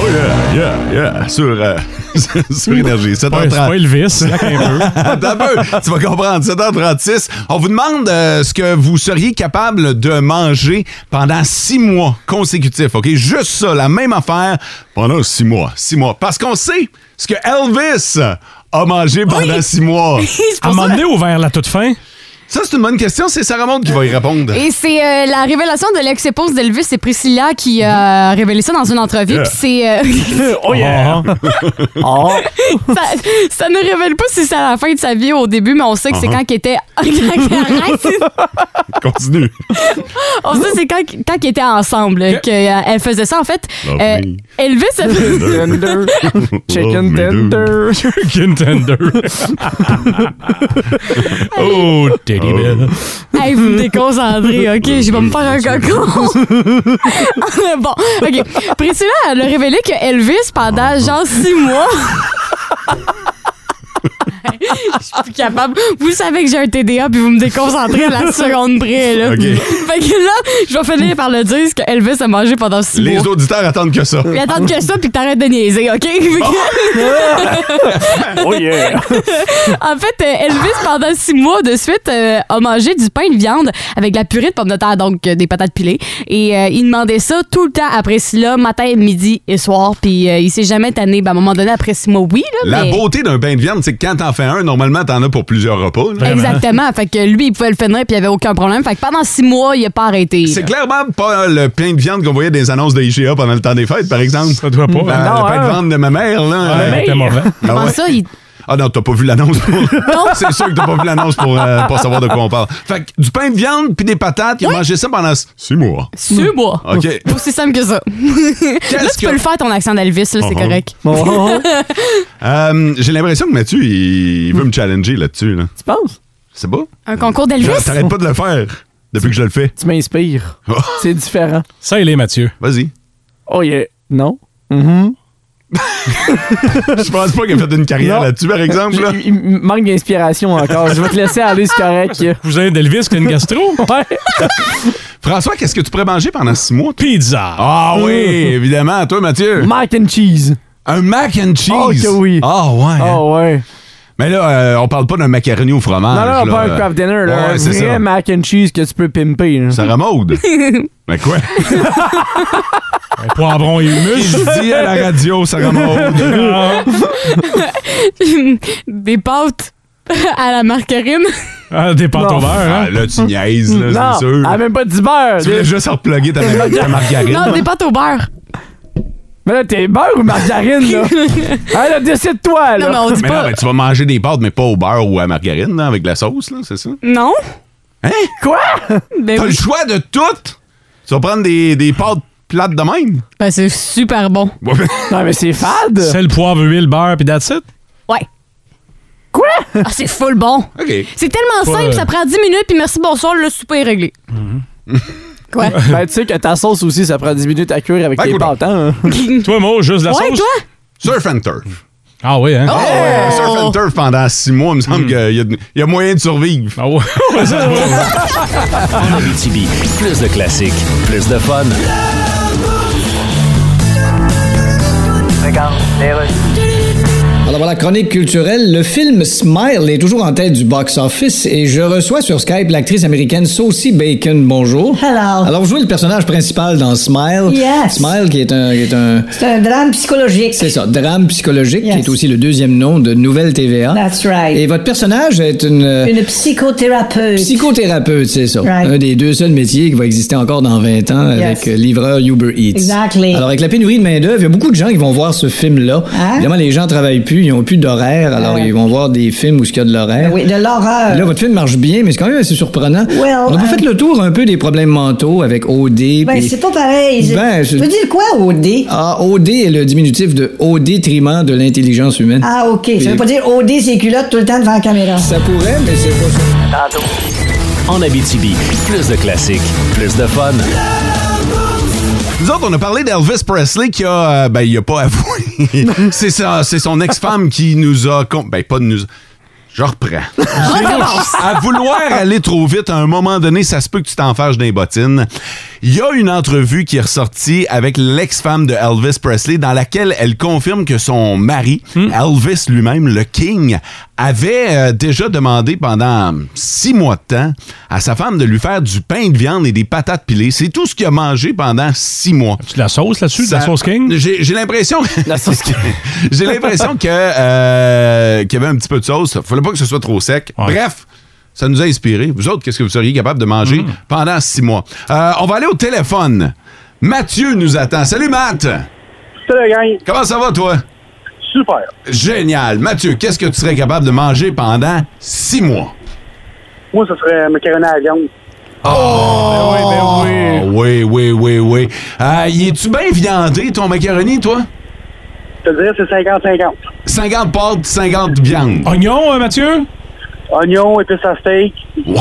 [SPEAKER 3] Oh yeah, yeah, yeah. Sur, euh, (laughs) sur Énergie, 7h30.
[SPEAKER 4] Ouais, c'est pas Elvis, là, qu'un (laughs) peu.
[SPEAKER 3] Attends un peu, tu vas comprendre. 7h36, on vous demande euh, ce que vous seriez capable de manger pendant six mois consécutifs, OK? Juste ça, la même affaire pendant six mois. Six mois. Parce qu'on sait ce que Elvis a mangé pendant six mois.
[SPEAKER 6] (laughs) C'est
[SPEAKER 4] À un moment donné, au verre, la toute fin.
[SPEAKER 3] Ça, c'est une bonne question. C'est Sarah Maud qui va y répondre.
[SPEAKER 6] Et c'est euh, la révélation de l'ex-épouse d'Elvis, c'est Priscilla qui euh, a révélé ça dans une entrevue.
[SPEAKER 3] Yeah. Ah.
[SPEAKER 6] Puis c'est. euh,
[SPEAKER 3] (laughs)
[SPEAKER 4] (laughs) Oh yeah!
[SPEAKER 6] (laughs)
[SPEAKER 4] Ah.
[SPEAKER 6] ça, ça ne révèle pas si c'est à la fin de sa vie ou au début, mais on sait que c'est
[SPEAKER 3] Uh-huh.
[SPEAKER 6] quand qu'il était. Arrête, c'est-
[SPEAKER 3] (laughs) Continue.
[SPEAKER 6] On sait Oh, c'est quand, quand ils étaient ensemble qu'elle faisait ça. En fait,
[SPEAKER 3] Love
[SPEAKER 6] euh,
[SPEAKER 3] me.
[SPEAKER 6] Elvis...
[SPEAKER 3] (laughs)
[SPEAKER 5] Tender.
[SPEAKER 3] Love
[SPEAKER 5] Chicken
[SPEAKER 3] me
[SPEAKER 5] tender.
[SPEAKER 4] Chicken tender. oh, Teddy Bell.
[SPEAKER 6] Hey, vous me
[SPEAKER 3] (laughs)
[SPEAKER 6] déconcentrez, OK? Je vais me faire un cocon. (laughs) bon, OK. Priscilla, elle a révélé que Elvis,
[SPEAKER 3] Ah.
[SPEAKER 6] pendant genre
[SPEAKER 3] (laughs)
[SPEAKER 6] six mois... Je suis plus capable. Vous savez que j'ai un TDA puis vous me déconcentrez à la seconde près, là.
[SPEAKER 3] OK.
[SPEAKER 6] Fait que là, je vais finir par le dire ce que Elvis a mangé pendant six
[SPEAKER 3] Les
[SPEAKER 6] mois.
[SPEAKER 3] auditeurs attendent que ça. (laughs)
[SPEAKER 6] Puis attendre que ça, puis que t'arrêtes de niaiser, OK? (laughs)
[SPEAKER 4] Oh yeah!
[SPEAKER 6] en fait, euh, Elvis, pendant six mois de suite, euh, a mangé du pain de viande avec de la purée de pommes de terre, donc euh, des patates pilées. Et euh, il demandait ça tout le temps après cela, matin, midi et soir. Puis euh, il s'est jamais tanné. Ben, à un moment donné, après six mois, oui. Là,
[SPEAKER 3] La
[SPEAKER 6] mais...
[SPEAKER 3] beauté d'un bain de viande, c'est que quand t'en fais un, normalement, t'en as pour plusieurs repas. là.
[SPEAKER 6] Exactement. Fait que lui, il pouvait le finir, puis il n'y avait aucun problème. Fait que pendant six mois, il n'a pas
[SPEAKER 3] (laughs)
[SPEAKER 6] arrêté.
[SPEAKER 3] C'est clairement pas euh, le pain de viande qu'on voyait des annonces de IGA pendant le temps des fêtes, par exemple.
[SPEAKER 4] Ça doit pas.
[SPEAKER 3] Ben,
[SPEAKER 4] hein?
[SPEAKER 5] non,
[SPEAKER 3] le pain
[SPEAKER 5] hein?
[SPEAKER 3] de viande de ma mère, là.
[SPEAKER 4] Ouais,
[SPEAKER 3] Euh,
[SPEAKER 4] c'était mauvais.
[SPEAKER 3] ah
[SPEAKER 6] Comment
[SPEAKER 3] ouais.
[SPEAKER 6] ça, il...
[SPEAKER 3] Ah non, t'as pas vu l'annonce. pour- (laughs) c'est sûr que t'as pas vu l'annonce pour, euh, pas savoir de quoi on parle. Fait que du pain de viande puis des patates, il a mangé ça pendant s- six mois.
[SPEAKER 4] Hmm.
[SPEAKER 6] Six mois.
[SPEAKER 3] OK.
[SPEAKER 6] Aussi simple que ça. (laughs) là, tu
[SPEAKER 3] que-
[SPEAKER 6] peux le faire, ton accent d'Elvis, là, c'est
[SPEAKER 3] Uh-huh.
[SPEAKER 6] correct.
[SPEAKER 5] Oh,
[SPEAKER 3] Euh, J'ai l'impression que Mathieu, il, il veut me challenger là-dessus. Là.
[SPEAKER 5] tu penses?
[SPEAKER 3] Je sais pas.
[SPEAKER 6] (laughs) Un concours d'Elvis?
[SPEAKER 3] T'arrêtes pas de le faire depuis que je le fais.
[SPEAKER 5] (laughs) Tu m'inspires. C'est différent.
[SPEAKER 4] Ça, il est, Mathieu.
[SPEAKER 3] Vas-y.
[SPEAKER 5] Oh, yeah. Non.
[SPEAKER 3] Je pense pas qu'il a fait une carrière
[SPEAKER 5] Non.
[SPEAKER 3] là-dessus, par exemple. là.
[SPEAKER 5] Il- Il il manque d'inspiration encore. Je vais te laisser aller, c'est correct.
[SPEAKER 4] Cousin d'Elvis qui a une gastro?
[SPEAKER 5] ouais.
[SPEAKER 3] François, qu'est-ce que tu pourrais manger pendant six mois?
[SPEAKER 4] Pizza.
[SPEAKER 3] Ah oui, évidemment. Toi, Mathieu?
[SPEAKER 5] Mac and cheese.
[SPEAKER 3] Un mac and cheese?
[SPEAKER 5] Oh, que oui.
[SPEAKER 3] Ah ouais.
[SPEAKER 5] Ah ouais.
[SPEAKER 3] Mais là, euh, on parle pas d'un macaroni au fromage.
[SPEAKER 5] non, non,
[SPEAKER 3] là.
[SPEAKER 5] pas un craft dinner. Là,
[SPEAKER 3] Ouais,
[SPEAKER 5] un
[SPEAKER 3] c'est
[SPEAKER 5] vrai
[SPEAKER 3] ça.
[SPEAKER 5] mac and cheese que tu peux pimper. là. (laughs)
[SPEAKER 3] Ça ramode. Mais quoi?
[SPEAKER 4] Un poivron et humus.
[SPEAKER 3] Je dis à la radio, ça ramode.
[SPEAKER 6] (laughs) Des pâtes à la margarine.
[SPEAKER 4] Ah, des pâtes au
[SPEAKER 3] Non.
[SPEAKER 4] beurre, hein?
[SPEAKER 3] Ah, là, tu niaises, là,
[SPEAKER 5] Non,
[SPEAKER 3] c'est sûr.
[SPEAKER 5] elle a même pas du beurre.
[SPEAKER 3] Tu voulais juste repluguer ta, mar- ta margarine.
[SPEAKER 6] Non, des pâtes au beurre.
[SPEAKER 5] Mais là, t'es beurre ou margarine,
[SPEAKER 6] (laughs)
[SPEAKER 5] là? Hein, là, décide-toi, là.
[SPEAKER 6] Non, mais on dit
[SPEAKER 3] Mais non,
[SPEAKER 6] pas.
[SPEAKER 3] mais tu vas manger des pâtes, mais pas au beurre ou à la margarine, là, avec de la sauce, là, c'est ça? Hein?
[SPEAKER 6] Non?
[SPEAKER 3] (laughs)
[SPEAKER 5] Quoi?
[SPEAKER 6] Ben,
[SPEAKER 3] T'as le
[SPEAKER 6] oui.
[SPEAKER 3] choix de tout! Tu vas prendre des, des pâtes plates de même?
[SPEAKER 6] Ben, c'est super bon.
[SPEAKER 3] Ouais, mais-
[SPEAKER 5] (laughs) Non, mais c'est fade.
[SPEAKER 4] Sel, poivre, huile, beurre, puis that's it?
[SPEAKER 6] Ouais.
[SPEAKER 5] Quoi?
[SPEAKER 6] Ah, c'est full bon.
[SPEAKER 3] OK.
[SPEAKER 6] C'est tellement
[SPEAKER 4] Pas, euh,
[SPEAKER 6] simple, ça prend 10 minutes, puis merci, bonsoir, le souper est réglé. Quoi?
[SPEAKER 5] Ben, tu sais que ta sauce aussi, ça prend 10 minutes à cuire avec
[SPEAKER 3] Ben,
[SPEAKER 5] tes
[SPEAKER 3] écoute
[SPEAKER 5] pâtes,
[SPEAKER 6] (laughs)
[SPEAKER 5] hein?
[SPEAKER 4] Toi, Mo, juste la
[SPEAKER 6] ouais,
[SPEAKER 4] sauce?
[SPEAKER 6] toi?
[SPEAKER 3] Surf and turf.
[SPEAKER 4] Ah oui, hein?
[SPEAKER 6] Oh!
[SPEAKER 4] Hmm.
[SPEAKER 3] Ouais, surf and turf pendant six mois, il me semble qu'il y, a de- il y a moyen de survivre.
[SPEAKER 4] Ah ouais, (laughs) ouais, ça se voit.
[SPEAKER 2] En Abitibi, plus de classiques, plus de fun.
[SPEAKER 9] Regarde, les rues.
[SPEAKER 10] Alors voilà, chronique culturelle. Le film Smile est toujours en tête du box-office et je reçois sur Skype l'actrice américaine Saucy Bacon. Bonjour.
[SPEAKER 15] Hello.
[SPEAKER 10] Alors, vous jouez le personnage principal dans Smile.
[SPEAKER 15] Yes.
[SPEAKER 10] Smile qui est un... qui est un-
[SPEAKER 15] C'est un drame psychologique.
[SPEAKER 10] c'est ça, drame psychologique,
[SPEAKER 15] Yes.
[SPEAKER 10] qui est aussi le deuxième nom de Nouvelle TVA.
[SPEAKER 15] That's right.
[SPEAKER 10] Et votre personnage est une... euh,
[SPEAKER 15] (laughs) Une psychothérapeute.
[SPEAKER 10] Psychothérapeute, c'est ça.
[SPEAKER 15] Right.
[SPEAKER 10] Un des deux seuls métiers qui va exister encore dans 20 ans
[SPEAKER 15] Yes.
[SPEAKER 10] avec euh, livreur Uber Eats.
[SPEAKER 15] Exactly.
[SPEAKER 10] Alors, avec la pénurie de main-d'œuvre, il y a beaucoup de gens qui vont voir ce film-là.
[SPEAKER 15] Hein?
[SPEAKER 10] Évidemment, les gens travaillent plus, ils n'ont plus d'horaire, alors
[SPEAKER 15] Ouais.
[SPEAKER 10] ils vont voir des films où il y a de l'horaire.
[SPEAKER 15] oui, de l'horreur.
[SPEAKER 10] Là, votre film marche bien, mais c'est quand même assez surprenant.
[SPEAKER 15] Well,
[SPEAKER 10] On n'a pas
[SPEAKER 15] euh,
[SPEAKER 10] fait le tour un peu des problèmes mentaux avec OD.
[SPEAKER 15] Ben,
[SPEAKER 10] puis-
[SPEAKER 15] c'est pas pareil. Je-
[SPEAKER 10] Ben, je-
[SPEAKER 15] Tu veux dire quoi, OD?
[SPEAKER 10] Ah, OD est le diminutif de au détriment de l'intelligence humaine.
[SPEAKER 15] Ah, OK. Ça veut pas dire OD, c'est culotte tout le temps devant la caméra.
[SPEAKER 10] Ça pourrait, mais c'est pas ça.
[SPEAKER 2] En Abitibi, plus de classiques, plus de fun.
[SPEAKER 3] (laughs) Nous autres, on a parlé d'Elvis Presley qui a. euh, ben, il a pas avoué. (laughs) c'est, sa- c'est son ex-femme qui nous a. con- Ben, pas de nous. Je reprends. à vouloir aller trop vite, à un moment donné, ça se peut que tu t'en fâches d'un bottine. Il y a une entrevue qui est ressortie avec l'ex-femme de Elvis Presley dans laquelle elle confirme que son mari, Elvis lui-même, le King, avait euh, déjà demandé pendant six mois de temps à sa femme de lui faire du pain de viande et des patates pilées. C'est tout ce qu'il a mangé pendant six mois.
[SPEAKER 4] Tu de la sauce là-dessus, de la
[SPEAKER 3] Ça-
[SPEAKER 4] sauce king?
[SPEAKER 3] J'ai j'ai l'impression. (laughs) J'ai l'impression que euh, qu'il y avait un petit peu de sauce. Fallait pas que ce soit trop sec.
[SPEAKER 4] Ouais.
[SPEAKER 3] Bref. Ça nous a inspiré. Vous autres, qu'est-ce que vous seriez capable de manger pendant six mois? Euh, on va aller au téléphone. Mathieu nous attend. Salut, Matt!
[SPEAKER 16] Salut, gang.
[SPEAKER 3] Comment ça va, toi?
[SPEAKER 16] Super.
[SPEAKER 3] Génial. Mathieu, qu'est-ce que tu serais capable de manger pendant six mois?
[SPEAKER 16] Moi, ce serait macaroni à la viande.
[SPEAKER 4] Ah,
[SPEAKER 3] Oh,
[SPEAKER 4] ben
[SPEAKER 3] oui, oui, oui, oui. Euh, y es-tu bien viandé, ton macaroni, toi?
[SPEAKER 16] Je te dirais, c'est 50-50.
[SPEAKER 3] 50 pâtes, 50 viandes.
[SPEAKER 4] Oignon, hein, Mathieu?
[SPEAKER 16] Oignon, épices à steak.
[SPEAKER 3] Ouais.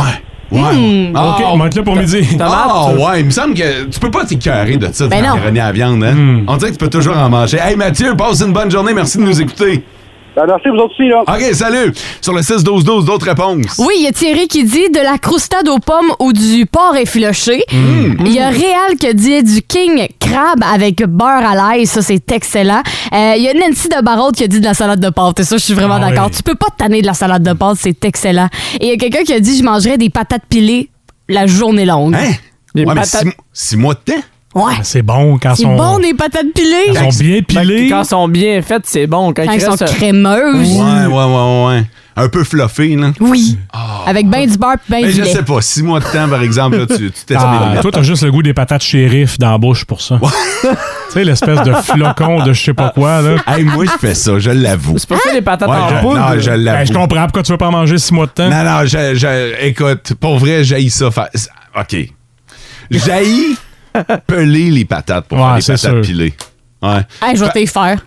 [SPEAKER 3] Ouais.
[SPEAKER 6] Hmm.
[SPEAKER 3] Ah,
[SPEAKER 4] OK, on va être là pour midi.
[SPEAKER 3] Ah ouais, il me semble que tu peux pas t'écœurer de ça, de
[SPEAKER 6] Ben non.
[SPEAKER 3] macaroni à la viande. Hein?
[SPEAKER 4] Hmm.
[SPEAKER 3] On dirait que tu peux toujours en manger. Hey Mathieu, passe une bonne journée, merci de nous écouter.
[SPEAKER 16] Ben, merci, vous autres aussi, là.
[SPEAKER 3] OK, salut. Sur le 6-12-12, d'autres réponses.
[SPEAKER 6] Oui, il y a Thierry qui dit de la croustade aux pommes ou du porc effiloché. Il y a Réal qui dit du king crab avec beurre à l'ail. Ça, c'est excellent. Euh, Il y a Nancy de Barraud qui a dit de la salade de pâtes. Et ça, je suis vraiment
[SPEAKER 4] Ah
[SPEAKER 6] d'accord.
[SPEAKER 4] oui.
[SPEAKER 6] Tu peux pas te tanner de la salade de pâtes. C'est excellent. Et il y a quelqu'un qui a dit je mangerais des patates pilées la journée longue.
[SPEAKER 3] Hein?
[SPEAKER 5] Les
[SPEAKER 3] Ouais, mais
[SPEAKER 5] patates-
[SPEAKER 3] six, mois- six mois de temps?
[SPEAKER 6] Ouais.
[SPEAKER 4] Ah, C'est bon quand
[SPEAKER 6] C'est
[SPEAKER 4] sont,
[SPEAKER 6] bon des patates pilées.
[SPEAKER 4] quand sont bien
[SPEAKER 5] Ben,
[SPEAKER 4] pilés.
[SPEAKER 5] quand ils sont bien faites, c'est bon. Quand,
[SPEAKER 6] Quand
[SPEAKER 5] ils
[SPEAKER 6] elles sont
[SPEAKER 5] restent-
[SPEAKER 6] crémeuses.
[SPEAKER 3] Ouais,
[SPEAKER 4] Mmh.
[SPEAKER 3] ouais, ouais, ouais. Un peu fluffé, là. Ah.
[SPEAKER 6] Oui. Avec ben du beurre pis ben
[SPEAKER 3] Mais
[SPEAKER 6] du
[SPEAKER 3] bah. je
[SPEAKER 6] lait.
[SPEAKER 3] sais pas, six mois de temps, par exemple, là, tu tu testes
[SPEAKER 4] Ah,
[SPEAKER 3] les limites.
[SPEAKER 4] toi, t'as juste le goût des patates shérif dans la bouche pour ça. tu sais, l'espèce de flocon de je sais pas quoi, là.
[SPEAKER 3] Ah. Hey, moi, je fais ça, je l'avoue.
[SPEAKER 5] C'est pas ça, les patates
[SPEAKER 3] Ouais,
[SPEAKER 5] en
[SPEAKER 3] je-
[SPEAKER 5] poudre.
[SPEAKER 3] non, je l'avoue.
[SPEAKER 4] Ben, je comprends pourquoi tu veux pas en manger six mois de temps.
[SPEAKER 3] Non, non, je, je- écoute, pour vrai, j'haïs ça. fa- OK. J'haïs
[SPEAKER 4] (laughs)
[SPEAKER 3] peler les patates pour
[SPEAKER 4] Ouais,
[SPEAKER 3] faire des
[SPEAKER 4] c'est
[SPEAKER 3] patates
[SPEAKER 4] sûr.
[SPEAKER 3] pilées. Ouais.
[SPEAKER 6] Hey, je vais te les faire.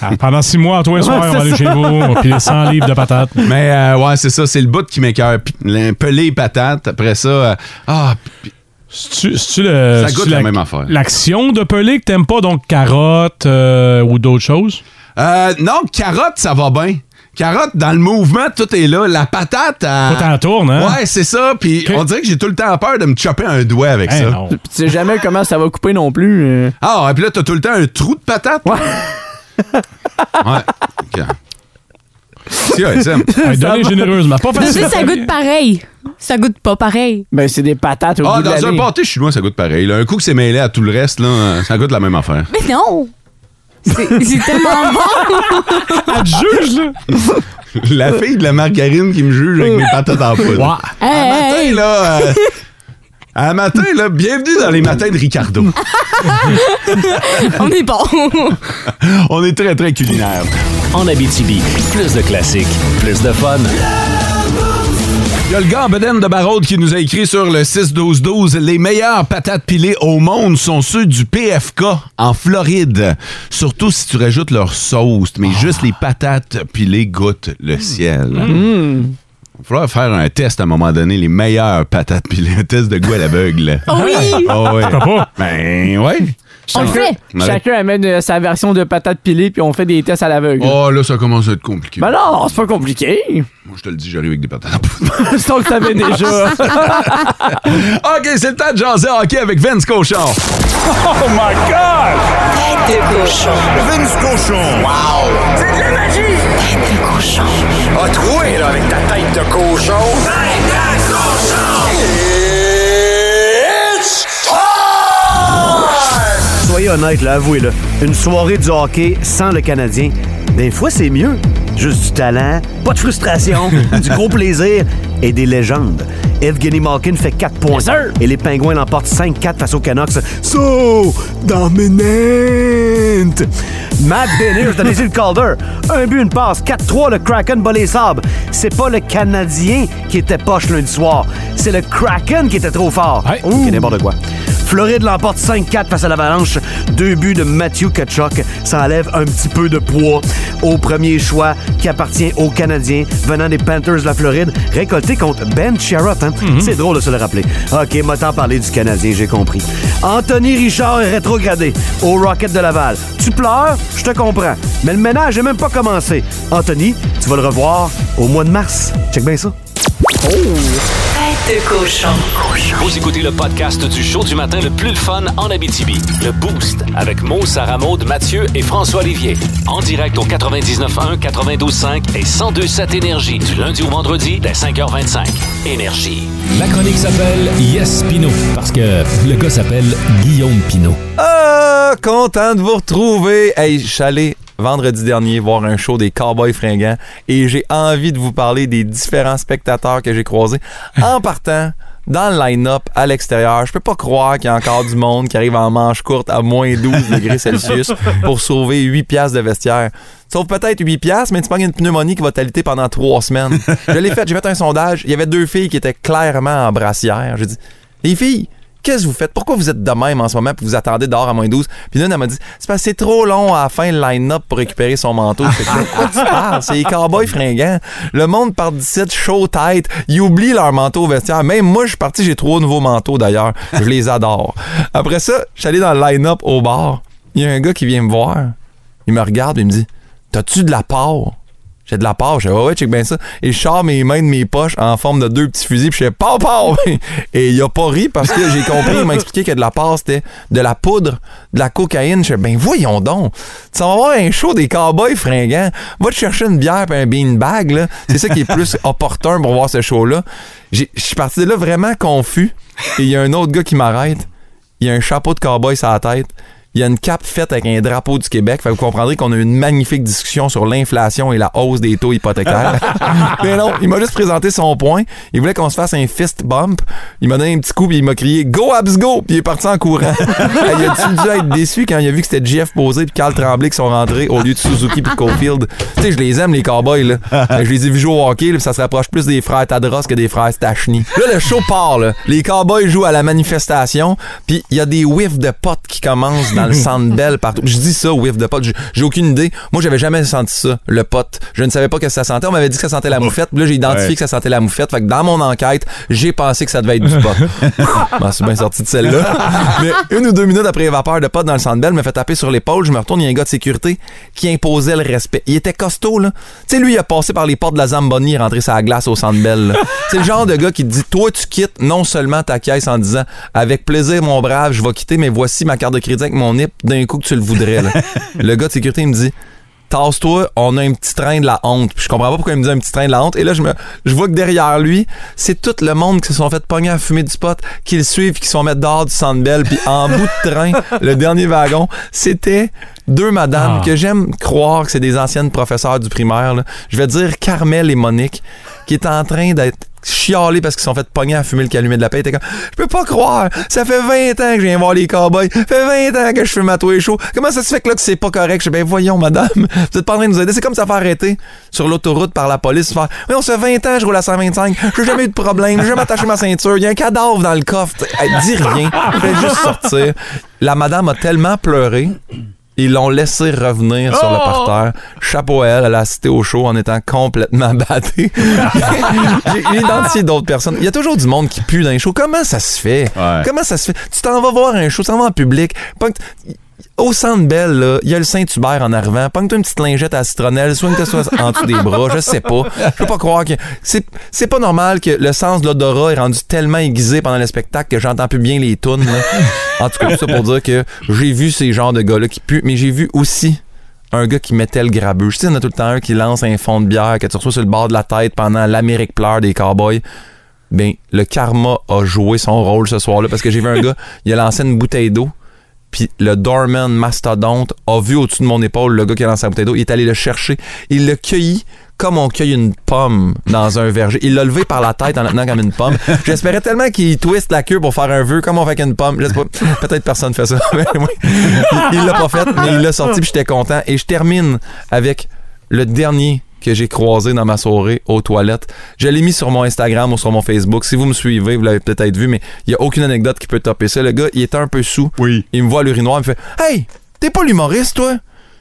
[SPEAKER 4] Ah, Pendant six mois, à toi, soir,
[SPEAKER 3] Ouais,
[SPEAKER 4] on va
[SPEAKER 3] c'est
[SPEAKER 4] aller
[SPEAKER 3] ça.
[SPEAKER 4] chez vous, puis
[SPEAKER 3] (laughs)
[SPEAKER 4] les 100 livres de patates.
[SPEAKER 3] Mais euh, ouais, c'est ça, c'est le bout qui m'écœure. Puis, le- Peler les patates, après ça, euh, ah, puis-
[SPEAKER 4] C'est-tu le-
[SPEAKER 3] Ça goûte
[SPEAKER 4] c'est-tu
[SPEAKER 3] la même affaire.
[SPEAKER 4] Euh, L'action de Pelé que t'aimes pas, donc carottes euh, ou d'autres choses?
[SPEAKER 3] Euh, non, carotte, ça va bien. Carotte, dans le mouvement, tout est là. La patate, elle...
[SPEAKER 4] Faut t'en tourne, hein?
[SPEAKER 3] Ouais, c'est ça. Puis on dirait que j'ai tout le temps peur de me chopper un doigt avec
[SPEAKER 4] Eh
[SPEAKER 5] Hey,
[SPEAKER 3] ça.
[SPEAKER 5] non. Puis tu sais jamais comment ça va couper non plus. euh.
[SPEAKER 3] Ah, et puis là, t'as tout le temps un trou de patate. Ouais. ouais. OK. Si, ouais, Sam.
[SPEAKER 4] (laughs) Hey, donnez généreusement. Pas
[SPEAKER 6] Mais
[SPEAKER 4] facile.
[SPEAKER 6] juste, ça goûte pareil. Ça goûte pas pareil.
[SPEAKER 5] Ben, c'est des patates au
[SPEAKER 3] Ah,
[SPEAKER 5] bout de
[SPEAKER 3] dans un
[SPEAKER 5] l'année.
[SPEAKER 3] pâté chinois, ça goûte pareil. là. Un coup que c'est mêlé à tout le reste, là, ça goûte la même affaire.
[SPEAKER 6] Mais non! C'est c'est
[SPEAKER 3] (laughs)
[SPEAKER 6] tellement bon!
[SPEAKER 4] Elle juge, là!
[SPEAKER 3] la fille de la margarine qui me juge avec mes patates en poudre.
[SPEAKER 6] Hey, hey, hey.
[SPEAKER 3] là,
[SPEAKER 6] (laughs)
[SPEAKER 3] euh, À matin, là, bienvenue dans les matins de Ricardo.
[SPEAKER 6] (laughs) On est bon!
[SPEAKER 3] (laughs) On est très, très culinaire.
[SPEAKER 2] En Abitibi, plus de classiques, plus de fun.
[SPEAKER 3] Il y a le gars en bedaine de Baraude qui nous a écrit sur le 6-12-12 Les meilleures patates pilées au monde sont ceux du PFK en Floride. Surtout si tu rajoutes leur sauce, mais juste les patates pilées goûtent le ciel. Il faudra faire un test à un moment donné, les meilleures patates pilées, un test de goût à l'aveugle.
[SPEAKER 5] Oui!
[SPEAKER 3] Ah ouais.
[SPEAKER 5] Pourquoi pas?
[SPEAKER 3] Ben ouais.
[SPEAKER 5] Chacun- Chacun amène euh, sa version de patate pilée, puis on fait des tests à l'aveugle.
[SPEAKER 3] Oh là, ça commence à être compliqué.
[SPEAKER 5] Ben non, c'est pas compliqué. (laughs)
[SPEAKER 3] Moi, je te le dis, j'arrive avec des patates en poudre.
[SPEAKER 5] Ça, on le
[SPEAKER 4] (laughs)
[SPEAKER 5] savait
[SPEAKER 3] (laughs)
[SPEAKER 5] déjà.
[SPEAKER 3] OK, c'est le temps de jaser hockey avec Vince
[SPEAKER 4] (laughs)
[SPEAKER 3] Cochon.
[SPEAKER 11] Oh my God! Tête de cochon. Vince cochon. Wow! C'est de la magie! Tête de cochon.
[SPEAKER 14] A troué, là, avec ta tête de cochon.
[SPEAKER 13] Soyez honnête, là, avouez-le. Une soirée du hockey sans le Canadien, des fois, c'est mieux. Juste du talent, pas de frustration, du gros plaisir et des légendes. Evgeny Malkin fait 4 points. Et les Pingouins l'emportent 5-4 face aux Canucks. So dominant! Matt Beniers de Daisy Calder. Un but, une passe. 4-3, le Kraken bat les sables. C'est pas le Canadien qui était poche lundi soir. C'est le Kraken qui était trop fort. Qui est n'importe quoi. Floride l'emporte 5-4 face à l'Avalanche. Deux buts de Matthew Kachuk. Ça enlève un petit peu de poids au premier choix qui appartient aux Canadiens venant des Panthers de la Floride, récolté contre Ben Sherrod. hein. C'est drôle de se le rappeler. OK, m'a tant parlé du Canadien, j'ai compris. Anthony Richard est rétrogradé au Rocket de Laval. Tu pleures, je te comprends. Mais le ménage n'est même pas commencé. Anthony, tu vas le revoir au mois de mars. Check bien ça.
[SPEAKER 1] Tête de cochon.
[SPEAKER 2] Vous écoutez le podcast du show du matin le plus fun en Abitibi. Le Boost avec Mo, Sarah Maud, Mathieu et François Olivier. En direct au 99.1, 92.5 et 102.7 Énergie du lundi au vendredi dès 5h25. Énergie.
[SPEAKER 11] La chronique s'appelle Yes Pino parce que Euh, le gars s'appelle Guillaume Pino.
[SPEAKER 17] (laughs) Ah, content de vous retrouver. Hey, je suis allé vendredi dernier voir un show des Cowboys fringants et j'ai envie de vous parler des différents spectateurs que j'ai croisés en partant dans le line-up à l'extérieur. Je peux pas croire qu'il y a encore du monde qui arrive en manche courte à moins 12 degrés
[SPEAKER 8] (laughs)
[SPEAKER 17] Celsius pour sauver 8 piastres de vestiaire. Sauf peut-être 8 piastres, mais tu pognes une pneumonie qui va t'aliter pendant 3 semaines. Je l'ai fait, j'ai fait un sondage. Il y avait deux filles qui étaient clairement en brassière. J'ai dit, les filles, Qu'est-ce que vous faites? Pourquoi vous êtes de même en ce moment puis vous attendez dehors à moins 12? Puis là, elle m'a dit, c'est parce que c'est trop long à la fin le line-up pour récupérer son manteau. Je fais, de quoi tu parles? C'est les cowboys fringants. Le monde part d'ici de chaud tête. Ils oublient leur manteau au vestiaire. Même moi, je suis parti, j'ai trois nouveaux manteaux d'ailleurs. Je les adore. Après ça, je suis allé dans le line-up au bar. Il y a un gars qui vient me voir. Il me regarde et il me dit, t'as-tu de la part? J'ai de la part, je fais ouais, ouais, check bien ça. Et je sors mes mains de mes poches en forme de deux petits fusils, puis je fais pow pow! (laughs) Et il a pas ri parce que j'ai compris, il m'a expliqué que de la part, c'était de la poudre, de la cocaïne. Je fais ben voyons donc, tu vas voir un show des cowboys fringants, va te chercher une bière et un beanbag, là. C'est ça qui est plus opportun pour voir ce show-là. J'ai- Je suis parti de là vraiment confus, et il y a un autre gars qui m'arrête. Il y a un chapeau de cowboy sur la tête. Il y a une cape faite avec un drapeau du Québec. Fait que vous comprendrez qu'on a eu une magnifique discussion sur l'inflation et la hausse des taux hypothécaires. (laughs) Mais non, il m'a juste présenté son point. Il voulait qu'on se fasse un fist bump. Il m'a donné un petit coup puis il m'a crié Go Abs Go! Puis il est parti en courant. Hey, il a dû être déçu quand il a vu que c'était Jeff Posé puis Carl Tremblay qui sont rentrés au lieu de Suzuki puis Cofield. Tu sais, je les aime, les cowboys, là. Euh, Je les ai vus jouer au hockey, là, puis ça se rapproche plus des frères Tadros que des frères Stachny. Là, le show part, là. Les cowboys jouent à la manifestation, puis il y a des whiffs de potes qui commencent dans dans le centre belle partout. Je dis ça, whiff de pote. J'ai- J'ai aucune idée. Moi, j'avais jamais senti ça, le pote. Je ne savais pas que ça sentait. On m'avait dit que ça sentait la moufette. Puis là, j'ai identifié
[SPEAKER 8] Ouais.
[SPEAKER 17] que ça sentait la moufette. Fait que dans mon enquête, j'ai pensé que ça devait être du pot. Je m'en suis bien sorti de celle-là. Mais une ou deux minutes après les vapeurs de pote dans le centre belle, me fait taper sur l'épaule. Je me retourne, il y a un gars de sécurité qui imposait le respect. Il était costaud, là. Tu sais, lui, il a passé par les portes de la Zamboni et rentré sa glace au centre belle. C'est le genre de gars qui te dit Toi, tu quittes non seulement ta caisse en disant Avec plaisir, mon brave, je vais quitter, mais voici ma carte de crédit avec mon NIP d'un coup que tu le voudrais. là. le gars de sécurité, il me dit Tasse-toi, on a un petit train de la honte. Puis je comprends pas pourquoi il me dit un petit train de la honte. Et là, je me, je vois que derrière lui, c'est tout le monde qui se sont fait pogner à fumer du pot, qui le suivent, qui se sont mettre dehors du centre belle. Puis en bout de train, le dernier wagon, c'était deux madames
[SPEAKER 8] Ah.
[SPEAKER 17] que j'aime croire que c'est des anciennes professeurs du primaire. là. Je vais dire Carmel et Monique, qui est en train d'être chialées parce qu'ils se sont fait pogner à fumer le calumet de la paix. Ils étaient comme, je peux pas croire, ça fait 20 ans que je viens voir les cowboys, ça fait 20 ans que je fume à tous les shows. Comment ça se fait que là que c'est pas correct? Je dis, ben voyons madame, (laughs) vous êtes pas en train de nous aider. C'est comme ça faire arrêter sur l'autoroute par la police. Faire, oui, on se fait 20 ans, je roule à 125, j'ai jamais eu de problème, j'ai jamais attaché ma ceinture, il y a un cadavre dans le coffre. Elle dit rien, fait juste sortir. La madame a tellement pleuré. Ils l'ont laissé revenir sur le
[SPEAKER 8] Oh!
[SPEAKER 17] parterre. Chapeau à elle, elle a assisté au show en étant complètement (laughs) battée. J'ai j'ai identifié d'autres personnes. Il y a toujours du monde qui pue dans les shows. Comment ça se fait? Comment ça se fait? Tu t'en vas voir un show, tu t'en vas en public. pogne- Au centre belle, là, il y a le Saint-Hubert en arrivant. Pogne-toi une petite lingette à la citronnelle, soigne-toi soit en dessous des bras, je sais pas. Je peux pas croire que. C'est c'est pas normal que le sens de l'odorat est rendu tellement aiguisé pendant le spectacle que j'entends plus bien les tunes. là. En tout cas, tout ça pour dire que j'ai vu ces genres de gars-là qui puent, mais j'ai vu aussi un gars qui mettait le grabeux. Je sais, il y en a tout le temps un qui lance un fond de bière que tu reçois sur le bord de la tête pendant l'Amérique pleure des cowboys. Ben, le karma a joué son rôle ce soir-là parce que j'ai vu un gars, il a lancé une bouteille d'eau. Puis le doorman mastodonte a vu au-dessus de mon épaule le gars qui a lancé la bouteille d'eau. Il est allé le chercher. Il l'a cueilli comme on cueille une pomme dans un verger. Il l'a levé par la tête en la tenant comme une pomme. J'espérais tellement qu'il twiste la queue pour faire un vœu comme on fait avec une pomme. Je sais pas. Peut-être personne fait ça. (laughs) Mais oui. Il- Il l'a pas fait, mais il l'a sorti puis j'étais content. Et je termine avec le dernier que j'ai croisé dans ma soirée aux toilettes. Je l'ai mis sur mon Instagram ou sur mon Facebook. Si vous me suivez, vous l'avez peut-être vu, mais il n'y a aucune anecdote qui peut topper ça. Le gars, il était un peu sous. Oui. Il me voit à l'urinoir, il me fait Hey, t'es pas l'humoriste, toi?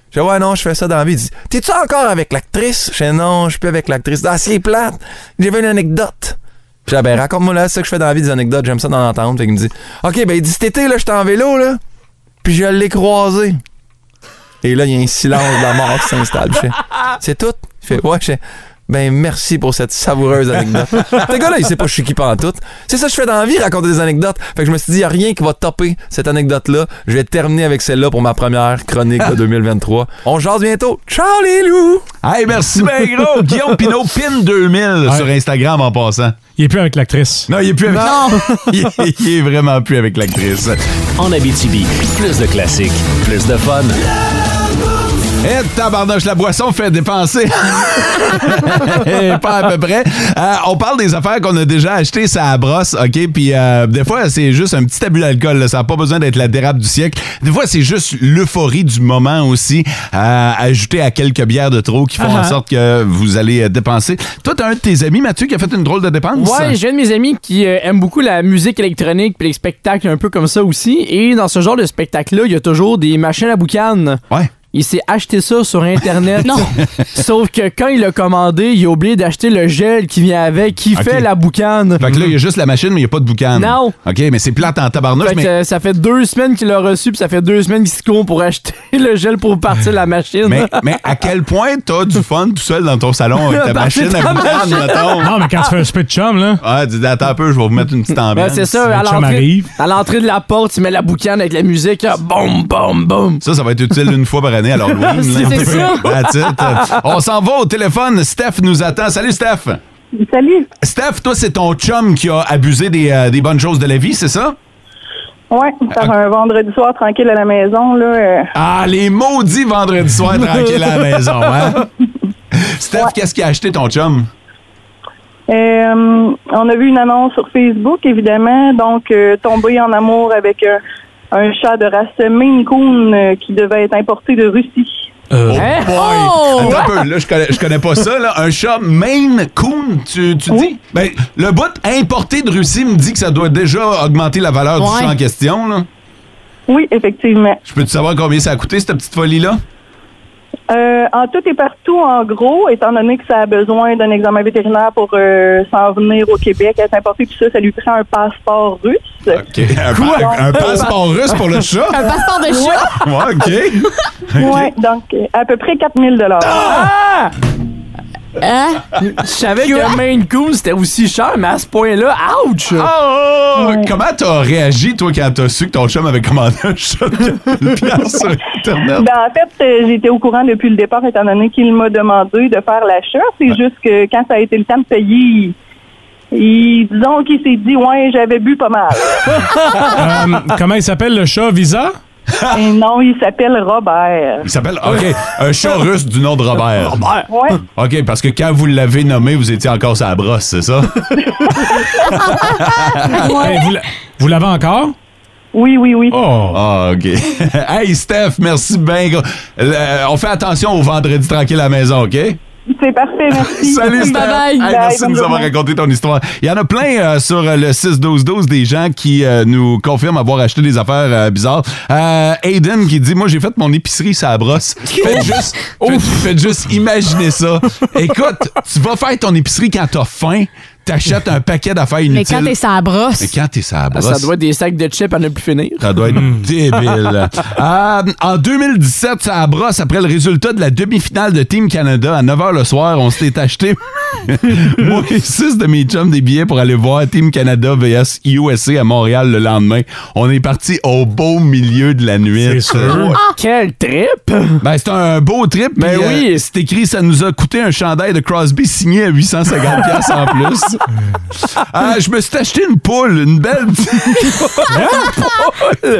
[SPEAKER 17] Je dis, ouais, non, je fais ça dans la vie. Il dit, t'es-tu encore avec l'actrice? Je dis, non, je suis plus avec l'actrice. Ah, c'est plate. J'avais une anecdote. Je dis, ben, raconte-moi là, c'est ça que je fais dans la vie des anecdotes. J'aime ça d'en entendre. Fait qu'il me dit, OK, ben, il dit, cet été, là, j'étais en vélo, là. Puis je l'ai croisé. Et là, il y a un silence de la mort qui s'installe. Je fais, c'est tout? Il fait, ouais, je fais, ben merci pour cette savoureuse anecdote. Ce gars-là, il sait pas je suis qui pantoute. C'est ça que je fais dans la vie, raconter des anecdotes. Fait que je me suis dit, y a rien qui va topper cette anecdote-là. Je vais terminer avec celle-là pour ma première chronique de 2023. On jase bientôt. Ciao les loups!
[SPEAKER 3] Hey, merci ben gros. Guillaume Pinot, (laughs) PIN2000 sur Instagram en passant.
[SPEAKER 4] Il est plus avec l'actrice.
[SPEAKER 3] Non, il est plus avec... (laughs) il, est- il est vraiment plus avec l'actrice.
[SPEAKER 2] En Abitibi, plus de classiques, plus de fun.
[SPEAKER 3] Eh, tabarnouche, la boisson fait
[SPEAKER 2] (laughs)
[SPEAKER 3] dépenser. Eh, pas à peu près. Euh, on parle des affaires qu'on a déjà achetées, ça à brosse, OK? Puis euh, des fois, c'est juste un petit abus d'alcool. là. Ça n'a pas besoin d'être la dérape du siècle. Des fois, c'est juste l'euphorie du moment aussi, euh, ajoutée à quelques bières de trop qui font en
[SPEAKER 2] Ah
[SPEAKER 5] Ah-ha.
[SPEAKER 3] sorte que vous allez euh, dépenser. Toi, t'as un de tes amis, Mathieu, qui a fait une drôle de dépense?
[SPEAKER 5] Ouais, j'ai un de mes amis qui euh, aime beaucoup la musique électronique puis les spectacles un peu comme ça aussi. Et dans ce genre de spectacle-là, il y a toujours des machines à boucan.
[SPEAKER 3] Ouais.
[SPEAKER 5] Il s'est acheté ça sur Internet. non. Sauf que quand il l'a commandé, il a oublié d'acheter le gel qui vient avec, qui
[SPEAKER 3] Ok.
[SPEAKER 5] fait la boucane.
[SPEAKER 3] Fait que là, il y a juste la machine, mais il n'y a pas de boucan.
[SPEAKER 5] Non.
[SPEAKER 3] OK, mais c'est plate en tabarnouche,
[SPEAKER 5] Fait que,
[SPEAKER 3] mais... (laughs)
[SPEAKER 5] euh, ça fait deux semaines qu'il l'a reçu, puis ça fait deux semaines qu'il se court pour acheter (laughs) le gel pour partir la machine. (laughs)
[SPEAKER 3] Mais, mais à quel point t'as du fun tout seul dans ton salon avec
[SPEAKER 5] (laughs)
[SPEAKER 3] ta
[SPEAKER 5] Dans
[SPEAKER 3] machine à
[SPEAKER 5] ta
[SPEAKER 3] boucan,
[SPEAKER 5] machine.
[SPEAKER 3] mettons?
[SPEAKER 5] Non, mais quand tu fais un
[SPEAKER 3] spit chum, là. Ah, dis, attends un peu, je vais vous mettre une
[SPEAKER 5] (laughs)
[SPEAKER 3] petite
[SPEAKER 5] Ben,
[SPEAKER 3] ambiance.
[SPEAKER 5] c'est ça, à l'entrée, à l'entrée de la porte, tu mets la boucane avec la musique, là, boum, boum, boum.
[SPEAKER 3] Ça, ça va être utile une fois par année
[SPEAKER 5] (laughs)
[SPEAKER 3] à l'Halloween.
[SPEAKER 5] C'est-
[SPEAKER 3] là.
[SPEAKER 5] c'est ça.
[SPEAKER 3] (laughs) That's it. On s'en va au téléphone. Steph nous attend. Salut, Steph.
[SPEAKER 7] Salut.
[SPEAKER 3] Steph, toi, c'est ton chum qui a abusé des, euh, des bonnes choses de la vie, c'est ça?
[SPEAKER 7] Ouais, faire un vendredi soir tranquille à la maison, là. euh,
[SPEAKER 3] Ah, les maudits vendredis soirs tranquilles à la maison, hein? Steph, qu'est-ce qu'il a acheté ton chum?
[SPEAKER 7] euh, on a vu une annonce sur Facebook, évidemment. Donc, euh, tomber en amour avec euh, un chat de race Maine Coon euh, qui devait être importé de Russie.
[SPEAKER 3] Oh
[SPEAKER 7] Hein?
[SPEAKER 3] boy!
[SPEAKER 7] Oh!
[SPEAKER 3] Attends un peu, là, je connais, je connais pas ça, là. Un chat Maine Coon, tu, tu dis? Ben, le bout importé de Russie me dit que ça doit déjà augmenter la valeur
[SPEAKER 7] Ouais.
[SPEAKER 3] du chat en question, là.
[SPEAKER 7] Oui, effectivement.
[SPEAKER 3] Je peux-tu savoir combien ça a coûté, cette petite folie-là?
[SPEAKER 7] Euh, en tout et partout, en gros, étant donné que ça a besoin d'un examen vétérinaire pour euh, s'en venir au Québec, être importé, tout ça, ça lui prend un passeport russe.
[SPEAKER 3] OK. Un, pa- un passeport russe pour le chat?
[SPEAKER 6] Un passeport de chat.
[SPEAKER 3] Ouais, OK.
[SPEAKER 7] Oui, donc euh, à peu près 4000 dollars.
[SPEAKER 5] Ah! Hein? Je savais que Maine Coon c'était aussi cher, mais à ce point-là, ouch! Oh,
[SPEAKER 3] Ouais. Comment t'as réagi, toi, quand t'as su que ton chum avait commandé un chat (laughs) de 4000 piastres sur Internet?
[SPEAKER 7] Ben, en fait, euh, j'étais au courant depuis le départ, étant donné qu'il m'a demandé de faire l'achat. C'est juste que quand ça a été le temps de payer, il- il- disons qu'il s'est dit, ouais, j'avais bu pas
[SPEAKER 3] (laughs)
[SPEAKER 7] mal.
[SPEAKER 4] Euh, (laughs) comment il s'appelle le
[SPEAKER 3] (laughs)
[SPEAKER 4] chat Visa?
[SPEAKER 7] Et non, il s'appelle Robert.
[SPEAKER 3] Il s'appelle, OK, un chat russe du nom de Robert. Robert?
[SPEAKER 7] Ouais.
[SPEAKER 3] OK, parce que quand vous l'avez nommé, vous étiez encore sur la brosse, c'est ça?
[SPEAKER 4] Hey, vous l'a- vous l'avez encore?
[SPEAKER 7] Oui, oui, oui.
[SPEAKER 4] Oh.
[SPEAKER 3] Ah, OK. (laughs) hey, Steph, merci bien. gros. Euh, on fait attention au vendredi tranquille à la maison, OK?
[SPEAKER 7] C'est parfait, merci.
[SPEAKER 3] Salut, Steph. Hey, merci de
[SPEAKER 7] bonne
[SPEAKER 3] nous avoir
[SPEAKER 7] journée.
[SPEAKER 3] raconté ton histoire. Il y en a plein euh, sur euh, le 6-12-12 des gens qui euh, nous confirment avoir acheté des affaires euh, bizarres. Euh, Aiden qui dit Moi, j'ai fait mon épicerie,
[SPEAKER 7] (laughs)
[SPEAKER 3] ça brosse. Faites juste, faites, faites juste imaginer
[SPEAKER 4] (laughs)
[SPEAKER 3] ça. Écoute, tu vas faire ton épicerie quand t'as faim, t'achètes un paquet d'affaires inutiles.
[SPEAKER 6] Mais quand t'es sa brosse.
[SPEAKER 3] Mais quand t'es sur la brosse.
[SPEAKER 5] Ça doit être des sacs de chips à ne plus finir.
[SPEAKER 3] Ça doit être (laughs) débile. Euh, en 2017, ça brosse après le résultat de la demi-finale de Team Canada à 9h le soir. On s'était (laughs) acheté, moi et six de mes chums, des billets pour aller voir Team Canada vs USA à Montréal le lendemain. On est parti au beau milieu de la nuit. C'est sûr.
[SPEAKER 5] Quel trip!
[SPEAKER 3] (laughs) Ben, c'est un beau trip.
[SPEAKER 4] Ben
[SPEAKER 3] Mais
[SPEAKER 5] oui.
[SPEAKER 3] c'est écrit, ça nous a coûté un chandail de Crosby signé à 850 piastres en plus.
[SPEAKER 4] (laughs)
[SPEAKER 3] Ah, je me suis acheté une poule, une belle (laughs) petite poule.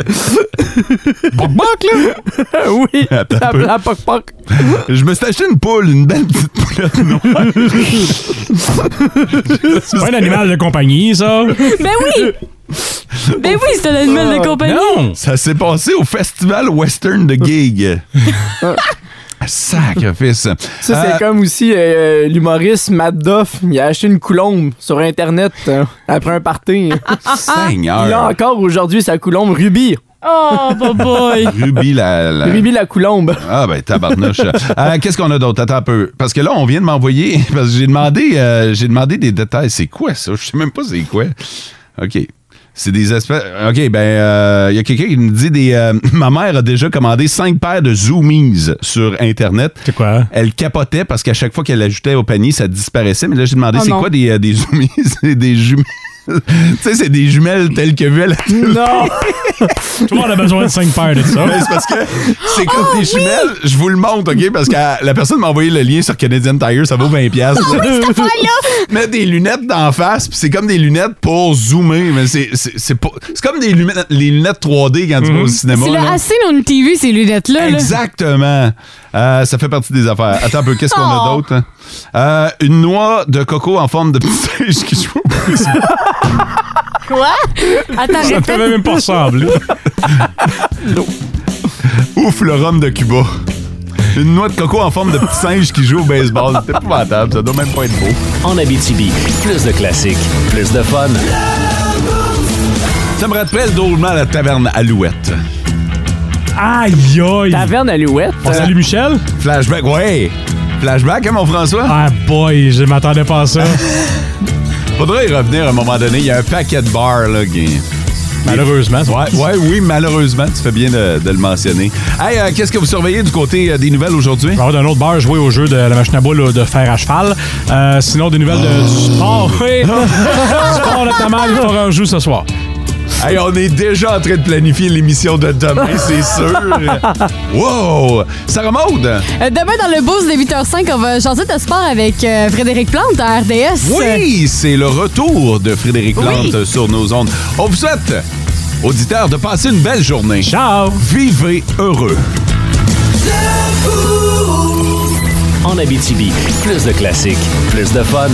[SPEAKER 3] Poc-poc, là? (laughs)
[SPEAKER 5] Oui,
[SPEAKER 3] Attends un
[SPEAKER 5] la-
[SPEAKER 3] peu.
[SPEAKER 5] la poc-poc.
[SPEAKER 3] Je me suis acheté une poule, une belle petite poulette noire.
[SPEAKER 4] C'est pas un animal de compagnie, ça? Euh,
[SPEAKER 6] Ben oui! Ben oui, c'est un animal
[SPEAKER 3] Oh,
[SPEAKER 6] de compagnie.
[SPEAKER 3] Ça s'est passé au Festival Western de Gig. Ah, Sacrifice.
[SPEAKER 5] Ça, c'est
[SPEAKER 3] Euh,
[SPEAKER 5] comme aussi euh, l'humoriste Matt Duff. Il a acheté une coulombe sur Internet euh, après un party.
[SPEAKER 3] Seigneur.
[SPEAKER 5] Il a encore aujourd'hui sa coulombe Ruby.
[SPEAKER 6] Oh, boy!
[SPEAKER 3] Ruby la, la-
[SPEAKER 5] Ruby la coulombe.
[SPEAKER 3] Ah
[SPEAKER 5] (laughs)
[SPEAKER 3] ben tabarnouche. Euh, Qu'est-ce qu'on a d'autre? Attends un peu. Parce que là, on vient de m'envoyer. (laughs) Parce que j'ai demandé, euh, j'ai demandé des détails. C'est quoi ça? Je sais même pas c'est quoi. OK. C'est des espèces. OK, ben il y a quelqu'un qui me dit des. euh, (laughs) Ma mère a déjà commandé cinq paires de zoomies sur Internet. C'est
[SPEAKER 4] quoi?
[SPEAKER 3] Elle capotait parce qu'à chaque fois qu'elle ajoutait au panier, ça disparaissait. Mais là, j'ai demandé
[SPEAKER 4] Oh
[SPEAKER 3] c'est
[SPEAKER 4] non.
[SPEAKER 3] quoi des, euh, des zoomies? C'est des jumelles. (laughs) tu sais, c'est des jumelles (laughs) telles que vues à la télé. (laughs)
[SPEAKER 5] Non!
[SPEAKER 13] er
[SPEAKER 4] Tout le monde a besoin de cinq paires de ça.
[SPEAKER 3] Ben, c'est parce que c'est comme
[SPEAKER 6] Ah
[SPEAKER 3] des jumelles. Je vous le montre, OK? Parce que euh, la personne m'a envoyé le lien sur Canadian Tire, ça vaut 20$. piastres.
[SPEAKER 11] Ah oui,
[SPEAKER 3] (laughs)
[SPEAKER 11] cette
[SPEAKER 3] Mettre des lunettes d'en face, puis c'est comme des lunettes pour zoomer. Mais c'est, c'est, c'est pas- c'est comme des lunettes, les lunettes 3D quand tu vas au cinéma.
[SPEAKER 6] Mhm. C'est le
[SPEAKER 3] là.
[SPEAKER 6] assez dans une TV, ces lunettes-là. là.
[SPEAKER 3] Exactement. Euh, ça fait partie des affaires. Attends un peu, qu'est-ce qu'on a
[SPEAKER 6] Oh.
[SPEAKER 3] d'autre? hein? Euh, une noix de coco en forme de petit (laughs) singe qui joue.
[SPEAKER 6] Quoi? Attends,
[SPEAKER 4] Ça ne
[SPEAKER 6] répète.
[SPEAKER 4] t'avait même pas semblé.
[SPEAKER 3] (laughs) Ouf, le rhum de Cuba. Une noix de coco en forme de petit singe qui joue au baseball. C'est épouvantable, ça doit même pas être beau.
[SPEAKER 2] En Abitibi, plus de classiques, plus de fun.
[SPEAKER 3] Ça me rappelle drôlement la taverne Alouette.
[SPEAKER 4] Aïe, aïe!
[SPEAKER 5] Taverne Alouette. euh.
[SPEAKER 4] On salue Michel?
[SPEAKER 3] Flashback, ouais! Flashback, hein, mon François?
[SPEAKER 4] Ah, boy, je m'attendais pas à ça.
[SPEAKER 3] (laughs) Faudrait y revenir à un moment donné. Il y a un paquet de bars, là, qui...
[SPEAKER 4] Malheureusement.
[SPEAKER 3] Ouais, ouais, oui, malheureusement. Tu fais bien de, de le
[SPEAKER 4] (laughs)
[SPEAKER 3] mentionner. Hey, euh, qu'est-ce que vous surveillez du côté euh, des nouvelles aujourd'hui?
[SPEAKER 4] On va avoir d'un autre bar jouer au jeu de la machine à boules de fer à cheval. Euh, sinon, des nouvelles de, du sport.
[SPEAKER 3] Ah. (laughs)
[SPEAKER 4] Oui. du sport, notamment, il faudra un jeu ce soir.
[SPEAKER 3] Hey, on est déjà en train de planifier l'émission de demain, c'est sûr. wow! Sarah Maud!
[SPEAKER 6] Euh, Demain, dans le boost de 8h05, on va chanter de sport avec euh, Frédéric Plante à RDS.
[SPEAKER 3] Oui, c'est le retour de Frédéric Plante sur nos ondes. On vous souhaite, auditeurs, de passer une belle journée.
[SPEAKER 4] Ciao!
[SPEAKER 3] Vivez heureux.
[SPEAKER 2] En Abitibi, plus de classiques, plus de fun.